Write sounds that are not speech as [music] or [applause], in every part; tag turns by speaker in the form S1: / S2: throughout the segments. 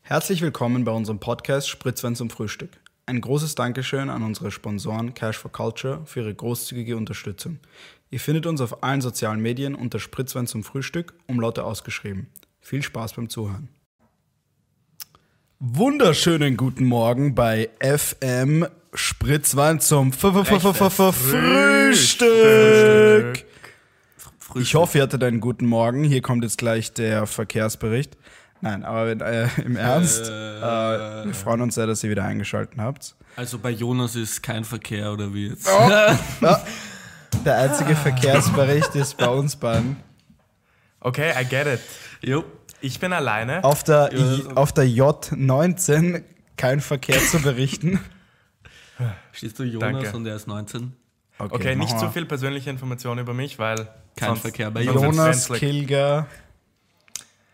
S1: Herzlich willkommen bei unserem Podcast Spritzwein zum Frühstück. Ein großes Dankeschön an unsere Sponsoren Cash for Culture für ihre großzügige Unterstützung. Ihr findet uns auf allen sozialen Medien unter Spritzwein zum Frühstück, umlaute ausgeschrieben. Viel Spaß beim Zuhören. Wunderschönen guten Morgen bei FM Spritzwein zum F -f -f -f -f Frühstück. Ich hoffe, ihr hattet einen guten Morgen. Hier kommt jetzt gleich der Verkehrsbericht. Nein, aber wenn, äh, im Ernst, äh, wir freuen uns sehr, dass ihr wieder eingeschaltet habt.
S2: Also bei Jonas ist kein Verkehr oder wie jetzt?
S1: Der einzige Verkehrsbericht ist bei uns beiden.
S3: Okay, I get it.
S2: Jo.
S3: Ich bin alleine.
S1: Auf der, I,
S3: also
S1: auf der J19 kein Verkehr zu berichten.
S2: [laughs] Stehst du Jonas
S3: Danke.
S2: und er ist 19?
S3: Okay, nicht
S1: machen
S3: zu
S1: wir.
S3: viel persönliche Information über mich, weil
S2: Kein Verkehr bei
S3: sonst wird's
S1: Jonas
S3: brenzlig.
S1: Kilger.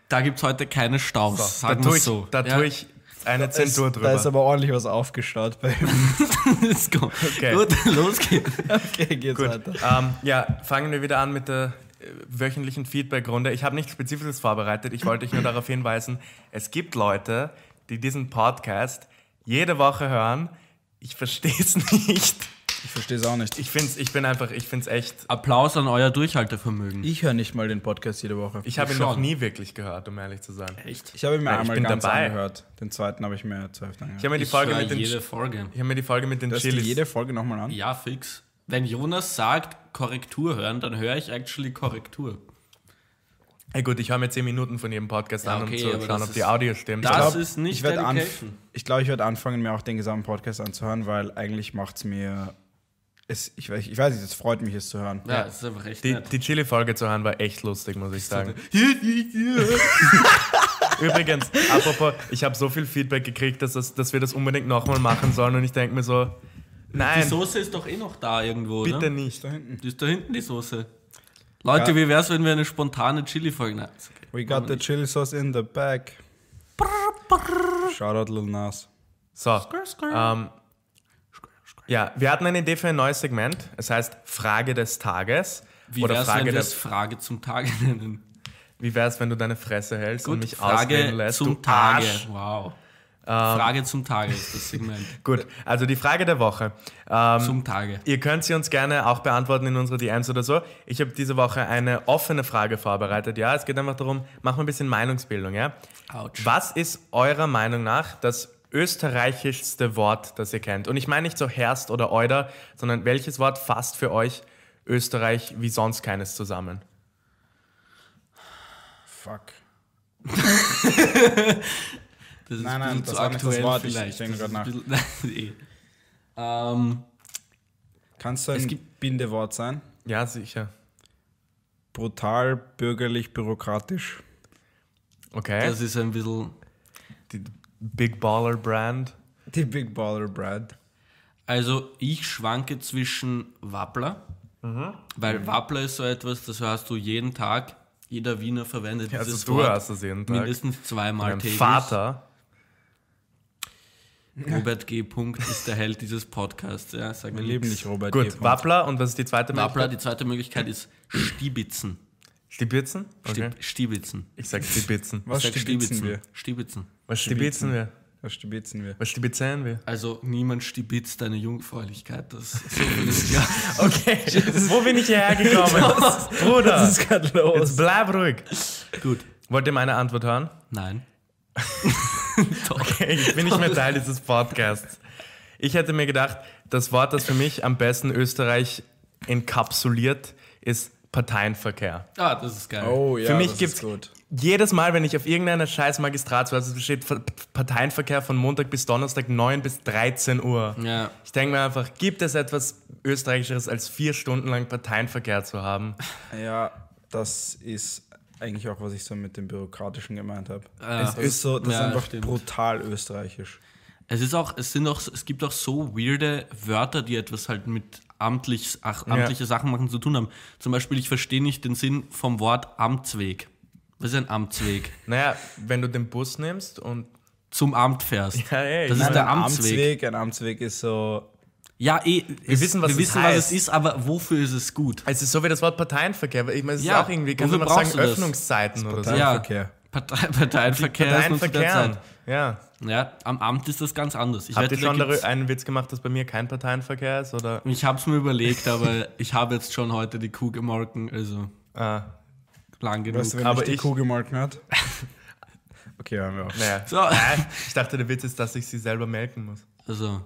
S2: Da gibt's heute keine Staus,
S3: Da
S2: sagen
S3: tue
S2: wir
S3: ich,
S2: so.
S3: da tue
S2: [laughs]
S3: ich eine Zensur
S1: Da ist
S3: drüber.
S1: aber ordentlich was aufgestaut bei ihm. [laughs]
S2: Let's go.
S3: Okay.
S2: Gut, los geht's.
S1: Okay, geht's weiter.
S3: Ähm, ja, fangen wir wieder an mit der äh, wöchentlichen Feedback-Runde. Ich habe nichts Spezifisches vorbereitet. Ich wollte euch nur darauf hinweisen, es gibt Leute, die diesen Podcast jede Woche hören. Ich verstehe es [laughs] nicht.
S1: Ich verstehe es auch nicht.
S3: Ich, find's, ich bin einfach, ich finde es echt.
S2: Applaus an euer Durchhaltevermögen.
S1: Ich höre nicht mal den Podcast jede Woche.
S3: Ich habe ihn
S2: schon.
S3: noch nie wirklich gehört, um ehrlich zu sein.
S2: Echt?
S1: Ich habe ihn mir
S3: Nein, ich
S1: einmal
S3: bin
S1: ganz
S3: dabei.
S1: angehört. Den zweiten habe ich mir zu öfter
S3: Ich habe mir, die
S2: Ich
S3: Folge
S2: höre
S3: mit den-
S2: jede
S3: ich
S2: Folge.
S3: habe mir die Folge mit den
S1: Hörst du
S3: Chilis.
S1: jede Folge nochmal an?
S2: Ja, fix. Wenn Jonas sagt, Korrektur hören, dann höre ich actually Korrektur.
S3: Hey gut, ich höre mir 10 Minuten von jedem Podcast
S2: Ja,
S3: an, um
S2: okay,
S3: zu
S2: aber
S3: schauen,
S2: das
S3: ob die
S2: ist-
S3: Audio stimmt.
S2: das
S3: Aber
S1: glaub,
S2: ist nicht
S1: ich werd anf-
S2: Dedication.
S1: Ich glaube, ich werde anfangen, mir auch den gesamten Podcast anzuhören, weil eigentlich macht es mir. Es, ich, weiß- ich weiß nicht, es freut mich, es zu hören.
S2: Ja, das ist einfach echt
S3: die,
S2: nett.
S3: die Chili-Folge zu hören war echt lustig, muss ich sagen.
S2: [laughs]
S3: Übrigens, apropos, ich habe so viel Feedback gekriegt, dass, das, dass wir das unbedingt nochmal machen sollen und ich denke mir so,
S2: Die
S3: nein,
S2: Soße ist doch eh noch da irgendwo, oder?
S3: bitte nicht.
S1: Da hinten.
S2: Die ist da hinten, die Soße. Leute,
S1: Ja.
S2: wie wär's, wenn wir eine spontane Chili-Folge nehmen?
S1: We got the chili sauce in the bag. Shoutout Lil Nas.
S3: So, ähm, ja, wir hatten eine Idee für ein neues Segment. Es heißt Frage des Tages.
S2: Wie
S3: oder
S2: wär's,
S3: Frage
S2: wenn wir
S3: der-
S2: es Frage zum Tage [laughs] nennen?
S3: wie wär's, wenn du deine Fresse hältst und mich ausreden
S2: Frage
S3: lässt?
S2: zum
S3: du
S2: Tage.
S3: Arsch. Ähm,
S2: Wow. Frage zum Tage ist das Segment.
S3: Gut, also die Frage der Woche. [laughs] Ähm,
S2: zum Tage.
S3: Ihr könnt sie uns gerne auch beantworten in unsere DMs oder so. Ich habe diese Woche eine offene Frage vorbereitet. Ja, es geht einfach darum, machen wir ein bisschen Meinungsbildung. Ja?
S2: Autsch.
S3: Was ist eurer Meinung nach das österreichischste Wort, das ihr kennt? Und ich meine nicht so Herst oder Euder, sondern welches Wort fasst für euch Österreich wie sonst keines zusammen?
S1: Fuck.
S2: Das ist
S1: Nein,
S2: ein
S1: nein,
S2: bisschen
S1: das
S2: zu
S1: war nicht das
S2: aktuell
S1: Wort, ich-
S2: vielleicht.
S1: ich denke
S2: Das ist
S1: grad
S2: ein bisschen- [laughs] Nein, eh. ähm,
S1: Kannst du ein
S2: Es
S1: Bindewort sein?
S3: Ja, sicher.
S1: Brutal, bürgerlich, bürokratisch.
S3: Okay.
S2: das ist ein bisschen.
S3: Die Big Baller Brand.
S1: Die Big Baller Brad.
S2: Also ich schwanke zwischen Wappler,
S3: Mhm.
S2: weil Wappler ist so etwas, das hast du jeden Tag, jeder Wiener verwendet
S3: Also
S2: dieses
S3: du
S2: Wort
S3: hast es jeden Tag.
S2: mindestens zweimal
S3: Mein
S2: täglich.
S3: Vater.
S2: Robert G. Punkt ist der Held dieses Podcasts. Ja, sag
S1: Wir lieben dich, Robert. G.
S3: Gut,
S1: Punkt.
S3: Wappler und was ist die zweite
S2: Wappler,
S3: Möglichkeit?
S2: die zweite Möglichkeit ist Stiebitzen.
S3: Stibitzen? Okay.
S2: Stieb, Stiebitzen.
S3: Ich sag Stibitzen.
S1: Was
S2: Sag
S1: stibitzen wir?
S2: Stiebitzen.
S3: Was stibitzen wir?
S1: Was stibitzen wir?
S3: Was stibitzen wir?
S2: Also niemand stibitzt deine Jungfräulichkeit. Das
S3: [laughs]
S2: so viel ist klar.
S3: Okay, wo bin ich [laughs] hierher gekommen? Bruder,
S1: ist gerade los?
S3: jetzt bleib ruhig.
S2: Gut.
S3: Wollt ihr meine Antwort hören?
S2: Nein.
S3: Okay, [laughs] ich bin nicht mehr Teil dieses Podcasts. Ich hätte mir gedacht, das Wort, das für mich am besten Österreich enkapsuliert, ist Parteienverkehr.
S2: Ah, das ist geil.
S1: Oh, ja,
S3: Für mich
S1: das
S3: gibt's-
S1: ist gut.
S3: Jedes Mal, wenn ich auf irgendeiner scheiß Magistratsweise besteht, Ver- Parteienverkehr von Montag bis Donnerstag 9 bis 13 Uhr.
S2: Ja.
S3: Ich denke mir einfach, gibt es etwas Österreichischeres, als vier Stunden lang Parteienverkehr zu haben?
S1: Ja, das ist eigentlich auch, was ich so mit dem Bürokratischen gemeint habe.
S2: Ah, Ja.
S1: es ist so, das
S2: Ja,
S1: ist einfach
S2: stimmt.
S1: brutal österreichisch.
S2: Es ist auch, es sind auch, es gibt auch so weirde Wörter, die etwas halt mit amtlich, ach, amtliche Sachen machen zu tun haben. Zum Beispiel, ich verstehe nicht den Sinn vom Wort Amtsweg. Was ist ein Amtsweg?
S3: Naja, wenn du den Bus nimmst und.
S2: Zum Amt fährst.
S3: Ja, ey,
S2: Das ist
S3: ich-
S2: der
S1: ein
S2: Amtsweg.
S1: Ein Amtsweg ist so.
S2: Ja, eh, wir
S3: wissen, was
S2: wir
S3: es
S2: wissen, was
S3: heißt.
S2: es ist, aber wofür ist es gut?
S3: es ist so wie das Wort Parteienverkehr. weil Ich meine, es
S2: Ja,
S3: ist auch irgendwie, kannst
S2: wofür
S3: du noch sagen,
S2: brauchst du das?
S3: Öffnungszeiten oder so.
S2: Ja.
S1: Verkehr.
S2: Partei, Parteienverkehr ist uns zu der Zeit.
S3: Ja.
S2: Ja, am Amt ist das ganz anders. Ich
S3: Habt ihr
S2: wette, da
S3: schon darü-
S2: gibt's-
S3: einen Witz gemacht, dass bei mir kein Parteienverkehr
S2: [laughs]
S3: ist? Oder?
S2: ich habe es mir überlegt, aber ich habe jetzt schon heute die Kuh gemolken, also
S3: Ah,
S2: lang genug.
S1: Weißt du, wenn
S3: Aber
S1: mich die
S3: ich-
S1: Kuh gemolken hat? [laughs] Okay, hören wir auf.
S3: naja.
S2: So.
S3: Nein, Ich dachte, der Witz ist, dass ich sie selber melken muss.
S2: also,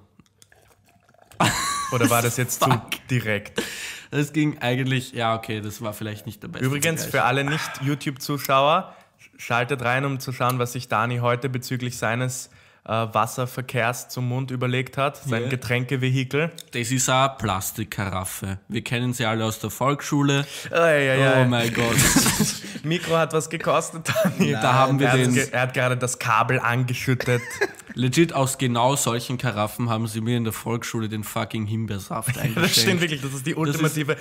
S3: Oder war das jetzt zu
S2: [laughs] Fuck.
S3: direkt?
S2: es ging eigentlich, ja, okay, das war vielleicht nicht der beste.
S3: Übrigens,
S2: Vergleich.
S3: für alle Nicht-YouTube-Zuschauer, schaltet rein, um zu schauen, was sich Dani heute bezüglich seines äh, Wasserverkehrs zum Mund überlegt hat. Sein
S2: Ja.
S3: Getränkevehikel.
S2: Das ist eine Plastikkaraffe. Wir kennen sie alle aus der Volksschule.
S3: Eieiei.
S2: Oh
S3: [laughs]
S2: mein Gott.
S3: Mikro hat was gekostet, Dani.
S2: Da haben wir
S3: er, hat
S2: den.
S3: ge- er hat gerade das
S2: [laughs]
S3: Kabel angeschüttet.
S2: Legit aus genau solchen Karaffen haben sie mir in der Volksschule den fucking Himbeersaft eingeschenkt.
S3: Das stimmt wirklich, das ist die ultimative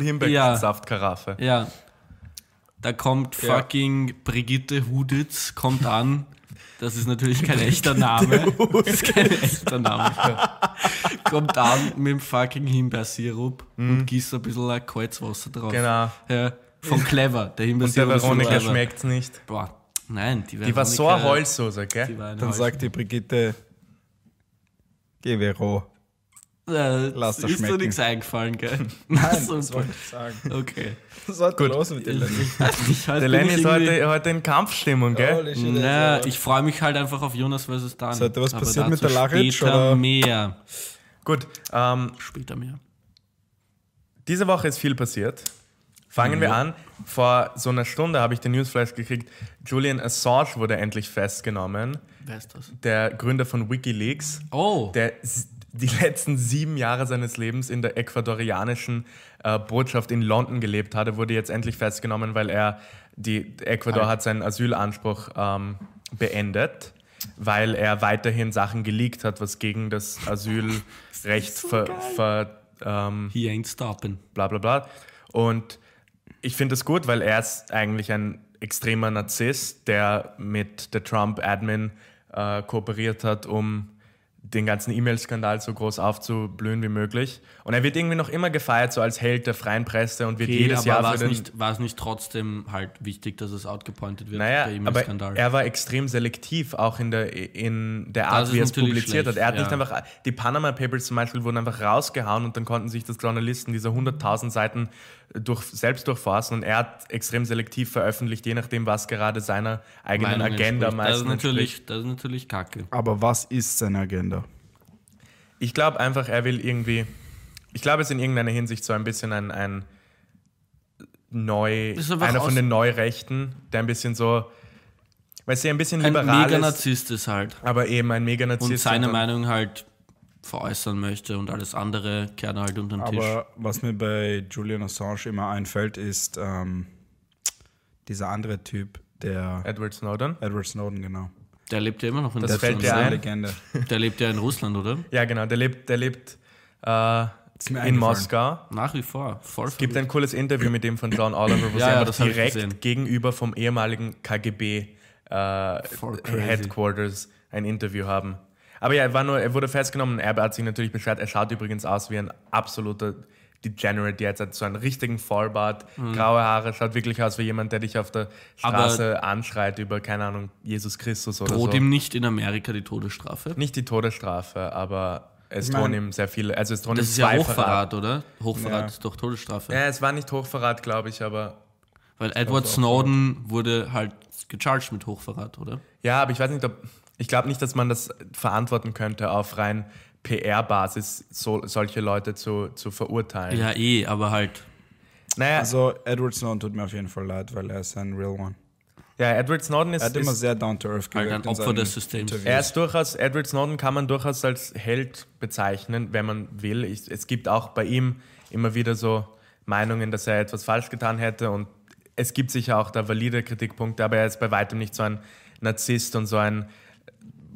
S3: Picknick-Volksschul-Himbeersaftkaraffe.
S2: Ja. Da kommt
S1: Ja.
S2: fucking Brigitte Huditz, kommt an. Das ist natürlich kein echter Name. [laughs] Das ist kein echter Name. kommt an mit dem fucking Himbeersirup und gießt ein bisschen ein Kreuzwasser drauf.
S3: Genau.
S2: Ja, von Clever. Der
S3: Und der
S2: Himbeersirup ist von
S3: Veronika
S2: Clever.
S3: schmeckt's nicht.
S2: Boah, nein, die,
S3: Die war so eine Heulsoße, gell?
S1: Dann sagt die Brigitte, geh Vero.
S2: äh,
S1: lass das
S2: Ist dir
S1: schmecken.
S2: nichts eingefallen, gell? [laughs]
S1: Nein,
S2: Super.
S1: das wollte ich sagen.
S2: Okay.
S1: [laughs] Was ist heute los mit dir, Lenny?
S2: Ich halt
S3: Der
S2: bin
S3: Lenny
S2: ich
S3: ist
S2: irgendwie-
S3: heute, heute in Kampfstimmung, gell?
S1: Holy shit,
S2: Na,
S1: Alter.
S2: ich freue mich halt einfach auf Jonas vs. Dani.
S1: Seid ihr was
S2: Aber
S1: passiert mit
S2: dazu
S1: der Laric,
S2: Später
S1: oder?
S2: mehr.
S3: Gut, ähm,
S2: Später mehr.
S3: Diese Woche ist viel passiert. Fangen wir an. Vor so einer Stunde habe ich den Newsflash gekriegt. Julian Assange wurde endlich festgenommen,
S2: Wer ist das?
S3: der Gründer von Wikileaks,
S2: Oh,
S3: der s- die letzten sieben Jahre seines Lebens in der ecuadorianischen äh, Botschaft in London gelebt hatte, wurde jetzt endlich festgenommen, weil er die Ecuador hat seinen Asylanspruch ähm, beendet, weil er weiterhin Sachen geleakt hat, was gegen das Asylrecht ver, ver, ähm,
S2: he ain't stopping.
S3: bla bla bla. Und ich finde das gut, weil er ist eigentlich ein extremer Narzisst, der mit der Trump-Admin äh, kooperiert hat, um den ganzen E-Mail-Skandal so groß aufzublühen wie möglich. Und er wird irgendwie noch immer gefeiert, so als Held der freien Presse und wird
S2: Okay,
S3: jedes
S2: aber
S3: Jahr
S2: war
S3: für
S2: es,
S3: den...
S2: nicht, war es nicht trotzdem halt wichtig, dass es outgepointet wird, der
S3: Naja, aber
S2: E-Mail-Skandal?
S3: er war extrem selektiv, auch in der, in der Art,
S2: ist
S3: wie er es
S2: natürlich
S3: publiziert hat.
S2: schlecht,
S3: Er hat
S2: ja.
S3: nicht einfach, die Panama Papers zum Beispiel wurden einfach rausgehauen und dann konnten sich das Journalisten dieser 100.000 Seiten durch, selbst durchforsten und er hat extrem selektiv veröffentlicht, je nachdem, was gerade seiner eigenen
S2: Meinungen spricht.
S3: Agenda
S2: das ist
S3: meistens
S2: natürlich, Das ist natürlich kacke.
S1: Aber was ist seine Agenda?
S3: Ich glaube einfach, er will irgendwie, ich glaube, es ist in irgendeiner Hinsicht so ein bisschen ein, ein neu,
S2: Ist einfach
S3: einer
S2: aus-
S3: von den Neurechten, der ein bisschen so, weißt du, ein bisschen
S2: Ein
S3: liberal ist.
S2: Mega-Narzisst ist halt.
S3: Aber eben ein mega Narzisst.
S2: Und seine
S3: dann-
S2: Meinung halt veräußern möchte und alles andere kehrt er halt unter den Tisch.
S1: Aber was mir bei Julian Assange immer einfällt, ist ähm, dieser andere Typ, der
S3: Edward Snowden.
S1: Edward Snowden, genau.
S2: Der lebt ja immer noch in
S3: Das fällt
S2: Russland.
S3: dir
S1: Eine
S3: ein?
S2: oder?
S1: Legende.
S2: Der lebt ja in Russland, oder?
S3: Ja, genau. Der lebt, der lebt äh,
S1: mir
S3: in
S1: eingefallen.
S3: Moskau.
S2: Nach wie vor. Voll
S3: Es gibt ein cooles Interview mit dem von John Oliver, wo
S2: Ja,
S3: sie
S2: ja,
S3: einfach
S2: das hab ich gesehen.
S3: direkt gegenüber vom ehemaligen KGB äh,
S2: Voll crazy.
S3: Headquarters ein Interview haben. Aber ja, er, war nur, er wurde festgenommen. Er hat sich natürlich beschwert. Er schaut übrigens aus wie ein absoluter Degenerate jetzt. Er hat so einen richtigen Vollbart, graue Haare. Schaut wirklich aus wie jemand, der dich auf der
S2: Mhm. Aber-
S3: Straße anschreit über, keine Ahnung, Jesus Christus oder so.
S2: Droht ihm nicht in Amerika die Todesstrafe?
S3: Nicht die Todesstrafe, aber es
S1: Ich mein-
S3: drohen ihm sehr viele. Also es drohen
S2: Das
S3: ihm
S2: ist ja
S3: zwei
S2: Hochverrat, oder? Hochverrat
S1: Ja.
S2: ist doch Todesstrafe.
S3: Ja, es war nicht Hochverrat, glaube ich, aber.
S2: Weil Edward Snowden wurde halt gecharged mit Hochverrat, oder?
S3: Ja, aber ich weiß nicht, ob. Ich glaube nicht, dass man das verantworten könnte, auf rein PR-Basis so, solche Leute zu, zu verurteilen.
S2: Ja, eh, aber halt.
S3: Naja,
S1: Also Alltså, Edward Snowden tut mir auf jeden Fall leid, weil er ist ein real one.
S3: ja, Edward Snowden ist.
S1: Er hat immer
S3: ist
S1: sehr down to earth
S2: Halt
S1: gewirkt
S2: ein
S1: in
S2: Opfer
S1: seinen
S2: des Systems.
S1: Interviews.
S3: er ist durchaus, Edward Snowden kann man durchaus als Held bezeichnen, wenn man will. Ich, es gibt auch bei ihm immer wieder so Meinungen, dass er etwas falsch getan hätte und es gibt sicher auch da valide Kritikpunkte, aber er ist bei weitem nicht so ein Narzisst und so ein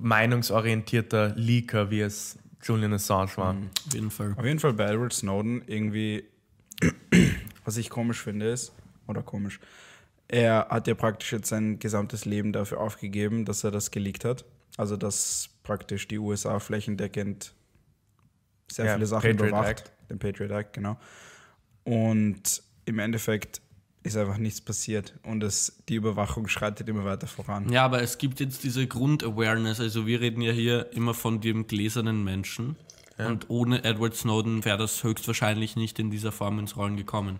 S3: meinungsorientierter Leaker, wie es Julian Assange war.
S2: Auf jeden Fall.
S1: Auf jeden Fall bei Edward Snowden irgendwie, [clears throat] was ich komisch finde ist, oder komisch, er hat ja praktisch jetzt sein gesamtes Leben dafür aufgegeben, dass er das geleakt hat. Also dass praktisch die USA flächendeckend sehr
S3: Ja,
S1: viele Sachen
S3: Patriot
S1: überwacht.
S3: Act.
S1: Den Patriot Act, genau. Und im Endeffekt ist einfach nichts passiert und es, die Überwachung schreitet immer weiter voran.
S2: Ja, aber es gibt jetzt diese Grundawareness. Also wir reden ja hier immer von dem gläsernen Menschen. Und ohne Edward Snowden wäre das höchstwahrscheinlich nicht in dieser Form ins Rollen gekommen.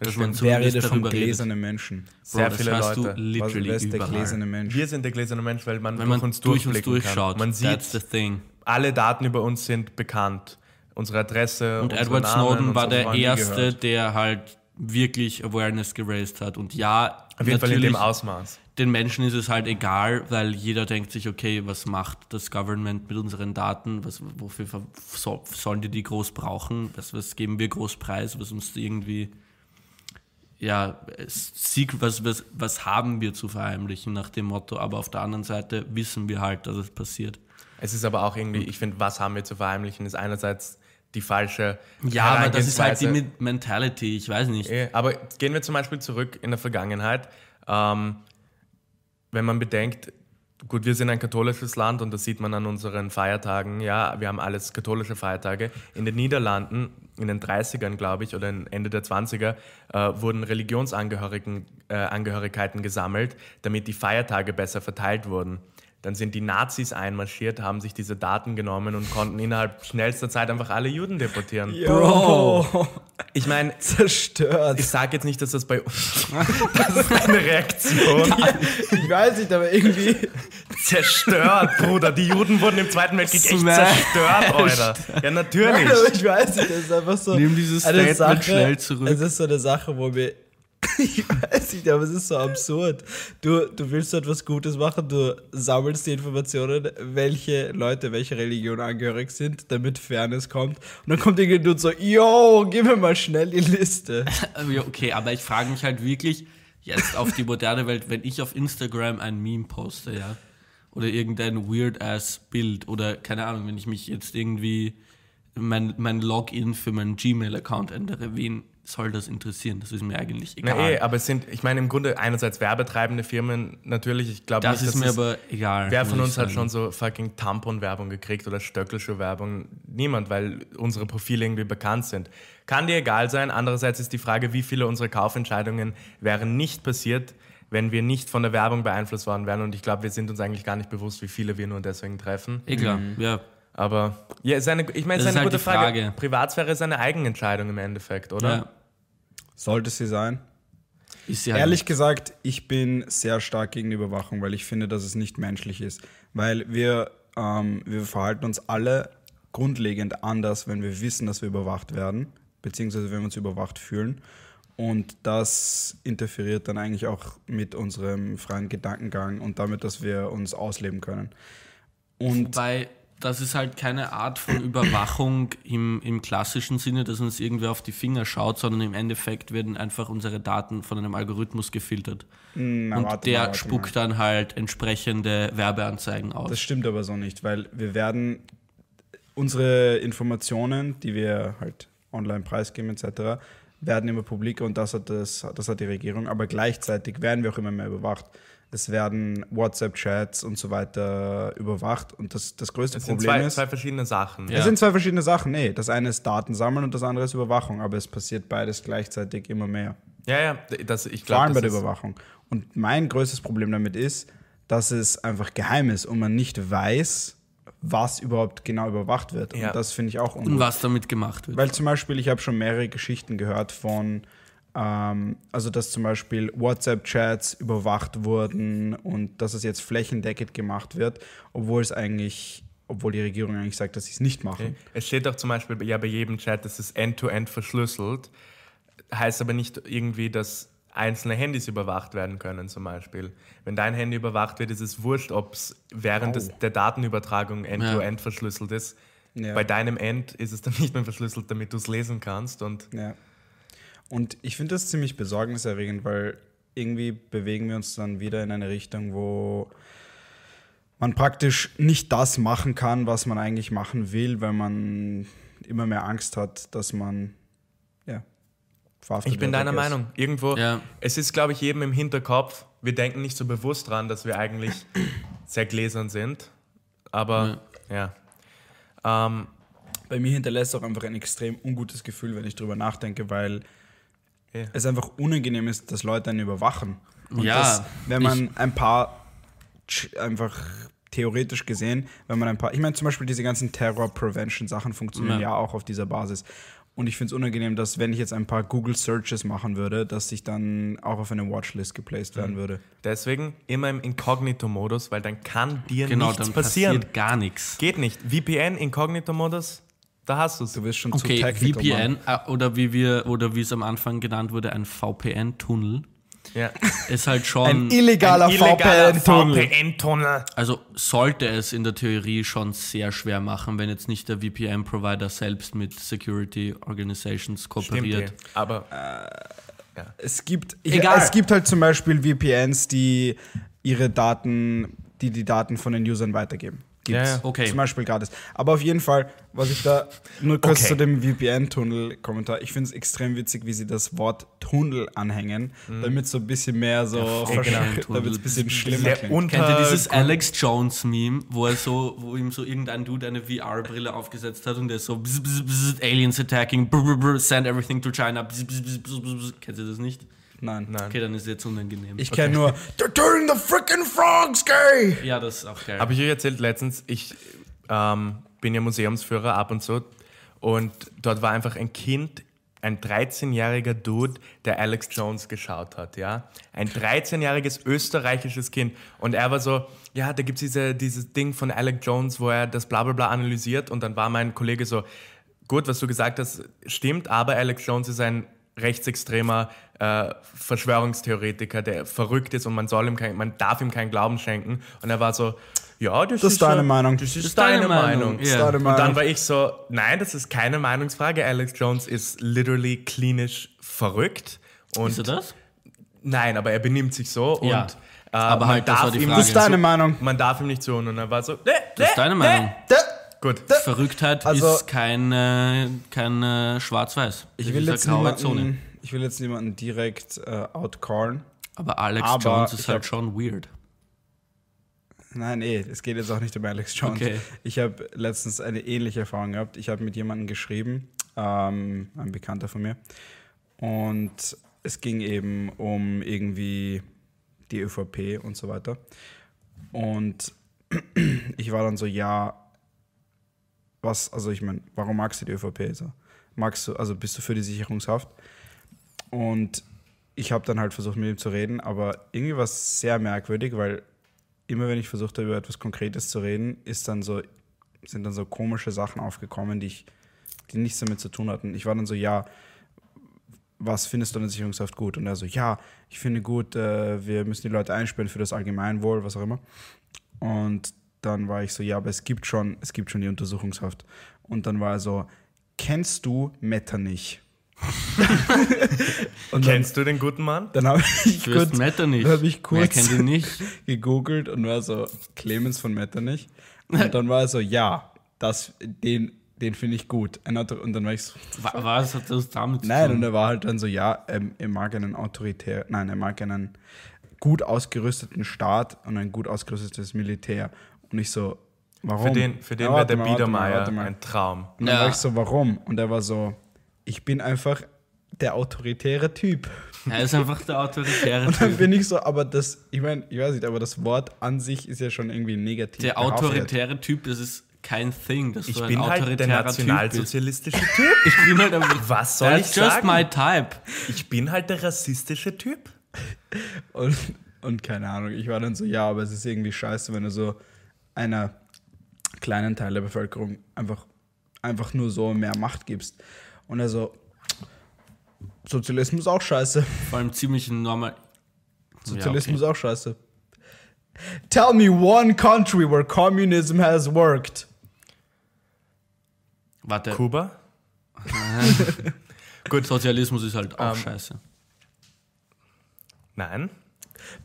S3: Das
S2: Dass man
S3: stimmt.
S1: Wer
S2: zumindest
S1: redet von
S2: darüber redet.
S1: gläsernen Menschen?
S2: Bro,
S3: Sehr viele
S2: das hast
S3: Leute.
S2: du
S1: Was,
S2: literally
S1: wer ist der
S2: überall.
S1: gläserne Mensch?
S3: Wir sind der gläserne Mensch, weil man
S2: Wenn
S3: durch
S2: man
S3: uns
S2: durch uns
S3: durchblicken
S2: durchschaut,
S3: kann. Man
S2: that's the
S3: sieht,
S2: thing.
S3: alle Daten über uns sind bekannt. Unsere Adresse
S2: Und
S3: unsere
S2: Edward
S3: Namen,
S2: Snowden war
S3: unsere
S2: der
S3: Freunde
S2: Erste,
S3: gehört.
S2: der halt wirklich Awareness geraced hat. Und ja,
S3: Auf jeden Fall in
S2: natürlich,
S3: dem Ausmaß.
S2: den Menschen ist es halt egal, weil jeder denkt sich, okay, was macht das Government mit unseren Daten? Was, wofür ver- so, sollen die die groß brauchen? Was, was geben wir groß preis? Was uns irgendwie, ja, es- Secret, was, was, was haben wir zu verheimlichen nach dem Motto? Aber auf der anderen Seite wissen wir halt, dass es passiert.
S3: Es ist aber auch irgendwie, ich finde, was haben wir zu verheimlichen, ist einerseits die falsche
S2: Ja, aber das ist halt die
S3: Herangehensweise.
S2: Men- Mentality, ich weiß nicht.
S3: Eh, Aber gehen wir zum Beispiel zurück in der Vergangenheit. Ähm, wenn man bedenkt, gut, wir sind ein katholisches Land und das sieht man an unseren Feiertagen. Ja, wir haben alles katholische Feiertage. In den Niederlanden, in den 30ern, glaube ich, oder in Ende der 20er, äh, wurden Religionsangehörigen äh, Angehörigkeiten gesammelt, damit die Feiertage besser verteilt wurden. Dann sind die Nazis einmarschiert, haben sich diese Daten genommen und konnten innerhalb schnellster Zeit einfach alle Juden deportieren.
S1: Bro,
S3: Ich
S1: [laughs]
S3: meine,
S1: zerstört.
S3: ich sage jetzt nicht, dass das bei [laughs] uns. Das ist eine Reaktion.
S1: Ich weiß nicht, aber irgendwie.
S3: Zerstört, Bruder. Die Juden wurden im Zweiten Weltkrieg echt
S2: Smash. [laughs]
S3: zerstört, Alter. Ja, natürlich.
S1: Aber ich weiß nicht, das ist einfach so. Also
S2: Nimm dieses
S1: eine
S2: Statement schnell zurück.
S1: Es ist so eine Sache, wo wir. [laughs] Ich weiß nicht, aber es ist so absurd. Du, du willst so etwas Gutes machen, du sammelst die Informationen, welche Leute welcher Religion angehörig sind, damit Fairness kommt. Und dann kommt irgendwie nur so, yo, gib mir mal schnell die Liste.
S2: Ähm, Ja, okay, aber ich frage mich halt wirklich jetzt auf die moderne Welt, wenn ich auf Instagram ein Meme poste, ja, oder irgendein weird-ass Bild oder keine Ahnung, wenn ich mich jetzt irgendwie mein, mein Login für meinen Gmail-Account ändere, wen soll das interessieren? Das ist mir eigentlich egal.
S3: Na, eh, aber es sind, ich meine, im Grunde einerseits werbetreibende Firmen, natürlich, ich glaube
S2: das
S3: nicht,
S2: ist
S3: dass
S2: mir
S3: es-
S2: aber egal.
S3: Wer von
S2: muss ich
S3: uns hat
S2: sagen.
S3: schon so fucking Tampon-Werbung gekriegt oder Stöckelschuh-Werbung? Niemand, weil unsere Profile irgendwie bekannt sind. Kann dir egal sein. Andererseits ist die Frage, wie viele unserer Kaufentscheidungen wären nicht passiert, wenn wir nicht von der Werbung beeinflusst worden wären. Und ich glaube, wir sind uns eigentlich gar nicht bewusst, wie viele wir nur deswegen treffen.
S2: Eh klar, ja.
S3: Aber ja, ist eine, ich meine, es
S2: Das ist
S3: ist eine
S2: halt
S3: gute
S2: die
S3: Frage.
S2: Frage.
S3: Privatsphäre ist eine Eigenentscheidung im Endeffekt, oder?
S2: ja.
S1: Sollte sie sein?
S2: Ist ja halt
S1: Ehrlich gesagt, ich bin sehr stark gegen die Überwachung, weil ich finde, dass es nicht menschlich ist. Weil wir, ähm, wir verhalten uns alle grundlegend anders, wenn wir wissen, dass wir überwacht werden, beziehungsweise wenn wir uns überwacht fühlen. Und das interferiert dann eigentlich auch mit unserem freien Gedankengang und damit, dass wir uns ausleben können. Und
S2: Wobei, das ist halt keine Art von Überwachung im, im klassischen Sinne, dass uns irgendwer auf die Finger schaut, sondern im Endeffekt werden einfach unsere Daten von einem Algorithmus gefiltert.
S1: na,
S2: Und
S1: warte mal,
S2: der
S1: warte
S2: spuckt dann halt entsprechende Werbeanzeigen aus.
S1: Das stimmt aber so nicht, weil wir werden unsere Informationen, die wir halt online preisgeben etc., werden immer publik und das hat, das, das hat die Regierung, aber gleichzeitig werden wir auch immer mehr überwacht. Es werden WhatsApp-Chats und so weiter überwacht und das, das größte
S3: Das sind
S1: Problem
S3: zwei,
S1: ist...
S3: zwei verschiedene Sachen.
S2: Ja.
S1: Es sind zwei verschiedene Sachen, nee. Das eine ist Daten sammeln und das andere ist Überwachung, aber es passiert beides gleichzeitig immer mehr.
S3: ja, ja, das, ich
S1: Vor allem bei
S3: glaube, das
S1: der
S3: ist
S1: Überwachung. Und mein größtes Problem damit ist, dass es einfach geheim ist und man nicht weiß, was überhaupt genau überwacht wird.
S3: Ja.
S1: Und das finde ich auch
S2: und
S1: ungut.
S2: was damit gemacht wird.
S1: Weil zum Beispiel, ich habe schon mehrere Geschichten gehört von, ähm, also dass zum Beispiel WhatsApp-Chats überwacht wurden und dass es jetzt flächendeckend gemacht wird, obwohl es eigentlich, obwohl die Regierung eigentlich sagt, dass sie es nicht machen.
S3: Es steht auch zum Beispiel bei- ja, bei jedem Chat, das ist end-to-end verschlüsselt. Heißt aber nicht irgendwie, dass einzelne Handys überwacht werden können, zum Beispiel. Wenn dein Handy überwacht wird, ist es wurscht, ob es während des, der Datenübertragung end-to-end verschlüsselt ist.
S1: Ja.
S3: Bei deinem End ist es dann [laughs] nicht mehr verschlüsselt, damit du es lesen kannst. Und
S1: Ja. Und ich finde das ziemlich besorgniserregend, weil irgendwie bewegen wir uns dann wieder in eine Richtung, wo man praktisch nicht das machen kann, was man eigentlich machen will, weil man immer mehr Angst hat, dass man ja, verhaftet
S3: ich bin
S1: wird, I
S3: deiner
S1: guess.
S3: Meinung. Irgendwo,
S2: Ja.
S3: es ist, glaube ich, jedem im Hinterkopf, wir denken nicht so bewusst dran, dass wir eigentlich sehr gläsern sind. Aber ja. Ähm,
S1: Bei mir hinterlässt auch einfach ein extrem ungutes Gefühl, wenn ich drüber nachdenke, weil
S3: Eh.
S1: es einfach unangenehm ist, dass Leute einen überwachen. Und
S2: Ja,
S1: dass, wenn man ein paar tsch- einfach theoretisch gesehen, wenn man ein paar, ich meine zum Beispiel diese ganzen Terror-Prevention-Sachen funktionieren ja.
S2: Ja.
S1: auch auf dieser Basis. Und ich finde es unangenehm, dass wenn ich jetzt ein paar Google-Searches machen würde, dass ich dann auch auf eine Watchlist geplaced werden würde.
S3: Deswegen immer im Inkognito-Modus, weil dann kann dir
S2: Genau,
S3: nichts
S2: dann
S3: passieren.
S2: passiert gar nichts.
S3: Geht nicht. VPN, Inkognito-Modus, da hast du's.
S1: Du wirst schon
S2: Okay,
S1: zu technical. Mann.
S2: VPN äh, oder wie wir oder wie es am Anfang genannt wurde, ein VPN-Tunnel
S3: Ja.
S2: ist halt schon,
S1: illegaler,
S3: VPN-Tunnel.
S2: also sollte es in der Theorie schon sehr schwer machen, wenn jetzt nicht der VPN-Provider selbst mit Security Organizations kooperiert.
S3: Stimmt, eh. aber
S2: Ah,
S1: Es gibt, ich,
S2: Egal.
S1: es gibt halt zum Beispiel VPNs, die ihre Daten, die die Daten von den Usern weitergeben. Gibt's.
S3: Ja, ja.
S2: Okay.
S1: Zum Beispiel gratis. Aber auf jeden Fall, was ich da nur kurz
S3: Okay.
S1: zu dem VPN-Tunnel-Kommentar, ich finde es extrem witzig, wie sie das Wort Tunnel anhängen, damit es so ein bisschen mehr so,
S2: VPN-Tunnel.
S1: [laughs] damit es ein bisschen schlimmer
S3: der
S1: klingt.
S3: unter...
S2: Kennt ihr dieses Alex Jones Meme, wo er so, wo ihm so irgendein Dude eine VR-Brille aufgesetzt hat und der ist so bzz, bzz, bzz, Aliens attacking, brr, brr, brr, send everything to China. Bzz, bzz, bzz, bzz, bzz. Kennt ihr das nicht?
S1: Nein.
S3: Nein.
S2: Okay, dann ist es jetzt unangenehm.
S1: Ich kenne nur, they're turning the freaking frogs gay!
S2: ja, das ist auch geil.
S3: Habe ich euch erzählt letztens, ich ähm, bin ja Museumsführer ab und zu und dort war einfach ein Kind, ein 13-jähriger Dude, der Alex Jones geschaut hat, ja. Ein 13-jähriges österreichisches Kind und er war so, ja, da gibt es diese, dieses Ding von Alex Jones, wo er das Blablabla analysiert und dann war mein Kollege so, gut, was du gesagt hast, stimmt, aber Alex Jones ist ein rechtsextremer äh, Verschwörungstheoretiker, der verrückt ist und man soll ihm kein, man darf ihm keinen Glauben schenken. Und er war so, ja, das,
S1: Das ist deine
S3: ja-
S1: Meinung.
S3: Das ist,
S2: Das ist
S3: deine,
S2: deine
S3: Meinung.
S2: Meinung, ja.
S1: Deine
S3: Und
S1: Meinung.
S3: dann war ich so, nein, das ist keine Meinungsfrage. Alex Jones ist literally klinisch verrückt. Und
S2: Ist er das?
S3: Nein, aber er benimmt sich so
S2: Ja.
S3: und äh,
S2: Aber
S3: man
S2: halt, das
S3: darf
S2: war die
S3: ihm
S2: Frage.
S1: Das ist deine
S3: zu-
S1: Meinung.
S3: Man darf ihm nicht zuhören. Und er war so, ne,
S2: Das ist
S3: ne,
S2: deine
S3: ne.
S2: Meinung.
S3: Gut.
S2: Verrücktheit
S1: Also-
S2: ist kein, äh, kein äh, Schwarz-Weiß.
S1: Ich will, jetzt niemanden, ich will jetzt niemanden direkt äh, outcallen.
S2: Aber Alex
S1: Aber
S2: Jones
S1: ich
S2: ist
S1: hab-
S2: halt schon weird.
S1: Nein, eh, es geht jetzt auch nicht um Alex Jones.
S2: Okay.
S1: Ich habe letztens eine ähnliche Erfahrung gehabt. Ich habe mit jemandem geschrieben, ähm, ein Bekannter von mir. Und es ging eben um irgendwie die ÖVP und so weiter. Und [clears throat] ich war dann so, ja, was, also ich meine, warum magst du die ÖVP? So, magst du, also bist du für die Sicherungshaft? Und ich habe dann halt versucht, mit ihm zu reden, aber irgendwie war es sehr merkwürdig, weil immer wenn ich versucht habe, über etwas Konkretes zu reden, ist dann so, sind dann so komische Sachen aufgekommen, die ich, die nichts damit zu tun hatten. Ich war dann so, ja, was findest du an der Sicherungshaft gut? Und er so, ja, ich finde gut, äh, wir müssen die Leute einsperren für das Allgemeinwohl, was auch immer. Und dann war ich so, ja, aber es gibt schon, es gibt schon die Untersuchungshaft. Und dann war er so, kennst du Metternich? [laughs] Und dann,
S3: Kennst du den guten Mann?
S1: dann habe ich
S2: Du wirst
S1: kurz,
S2: Matter nicht.
S1: hab ich kurz-
S2: Wer kennt
S1: [laughs]
S2: ihn nicht?
S1: gegoogelt und war so, Clemens von Metternich. Und dann war er so, ja, das, den, den finde ich gut. Ein Autor und dann war ich so,
S2: Wa- Was hat das damit zu
S1: nein.
S2: tun?
S1: Und er war halt dann so, ja, ähm, er mag einen autoritären, nein, er mag einen gut ausgerüsteten Staat und ein gut ausgerüstetes Militär. Und ich so, warum?
S3: Für den, für den
S1: Ja,
S3: wäre
S1: warte mal, warte
S3: der
S1: mal,
S3: Biedermeier
S1: warte mal.
S3: ein Traum.
S1: Und dann
S2: Ja.
S1: war ich so, warum? Und er war so, ich bin einfach der autoritäre Typ.
S2: Er ist einfach der autoritäre
S1: Und dann [laughs]
S2: Typ.
S1: bin ich so, aber das, ich meine, ich weiß nicht, aber das Wort an sich ist ja schon irgendwie negativ.
S2: Der
S1: behaftet.
S2: autoritäre Typ, das ist kein Thing, dass
S3: Ich
S2: du ein
S3: bin halt der
S2: autoritärer Typ bist.
S3: nationalsozialistische Typ.
S2: [laughs] Ich bin halt einfach,
S3: Was [laughs] soll
S2: that's
S3: ich
S2: just
S3: sagen?
S2: my type.
S3: Ich bin halt der rassistische Typ.
S1: Und, und keine Ahnung, ich war dann so, ja, aber es ist irgendwie scheiße, wenn du so einer kleinen Teil der Bevölkerung einfach, einfach nur so mehr Macht gibst. Und er so, Sozialismus auch scheiße.
S2: Vor allem ziemlich normal.
S1: Sozialismus auch scheiße. Tell me one country where communism has worked.
S2: Warte,
S3: Kuba?
S2: Gut. Sozialismus ist halt auch scheiße.
S3: Nein.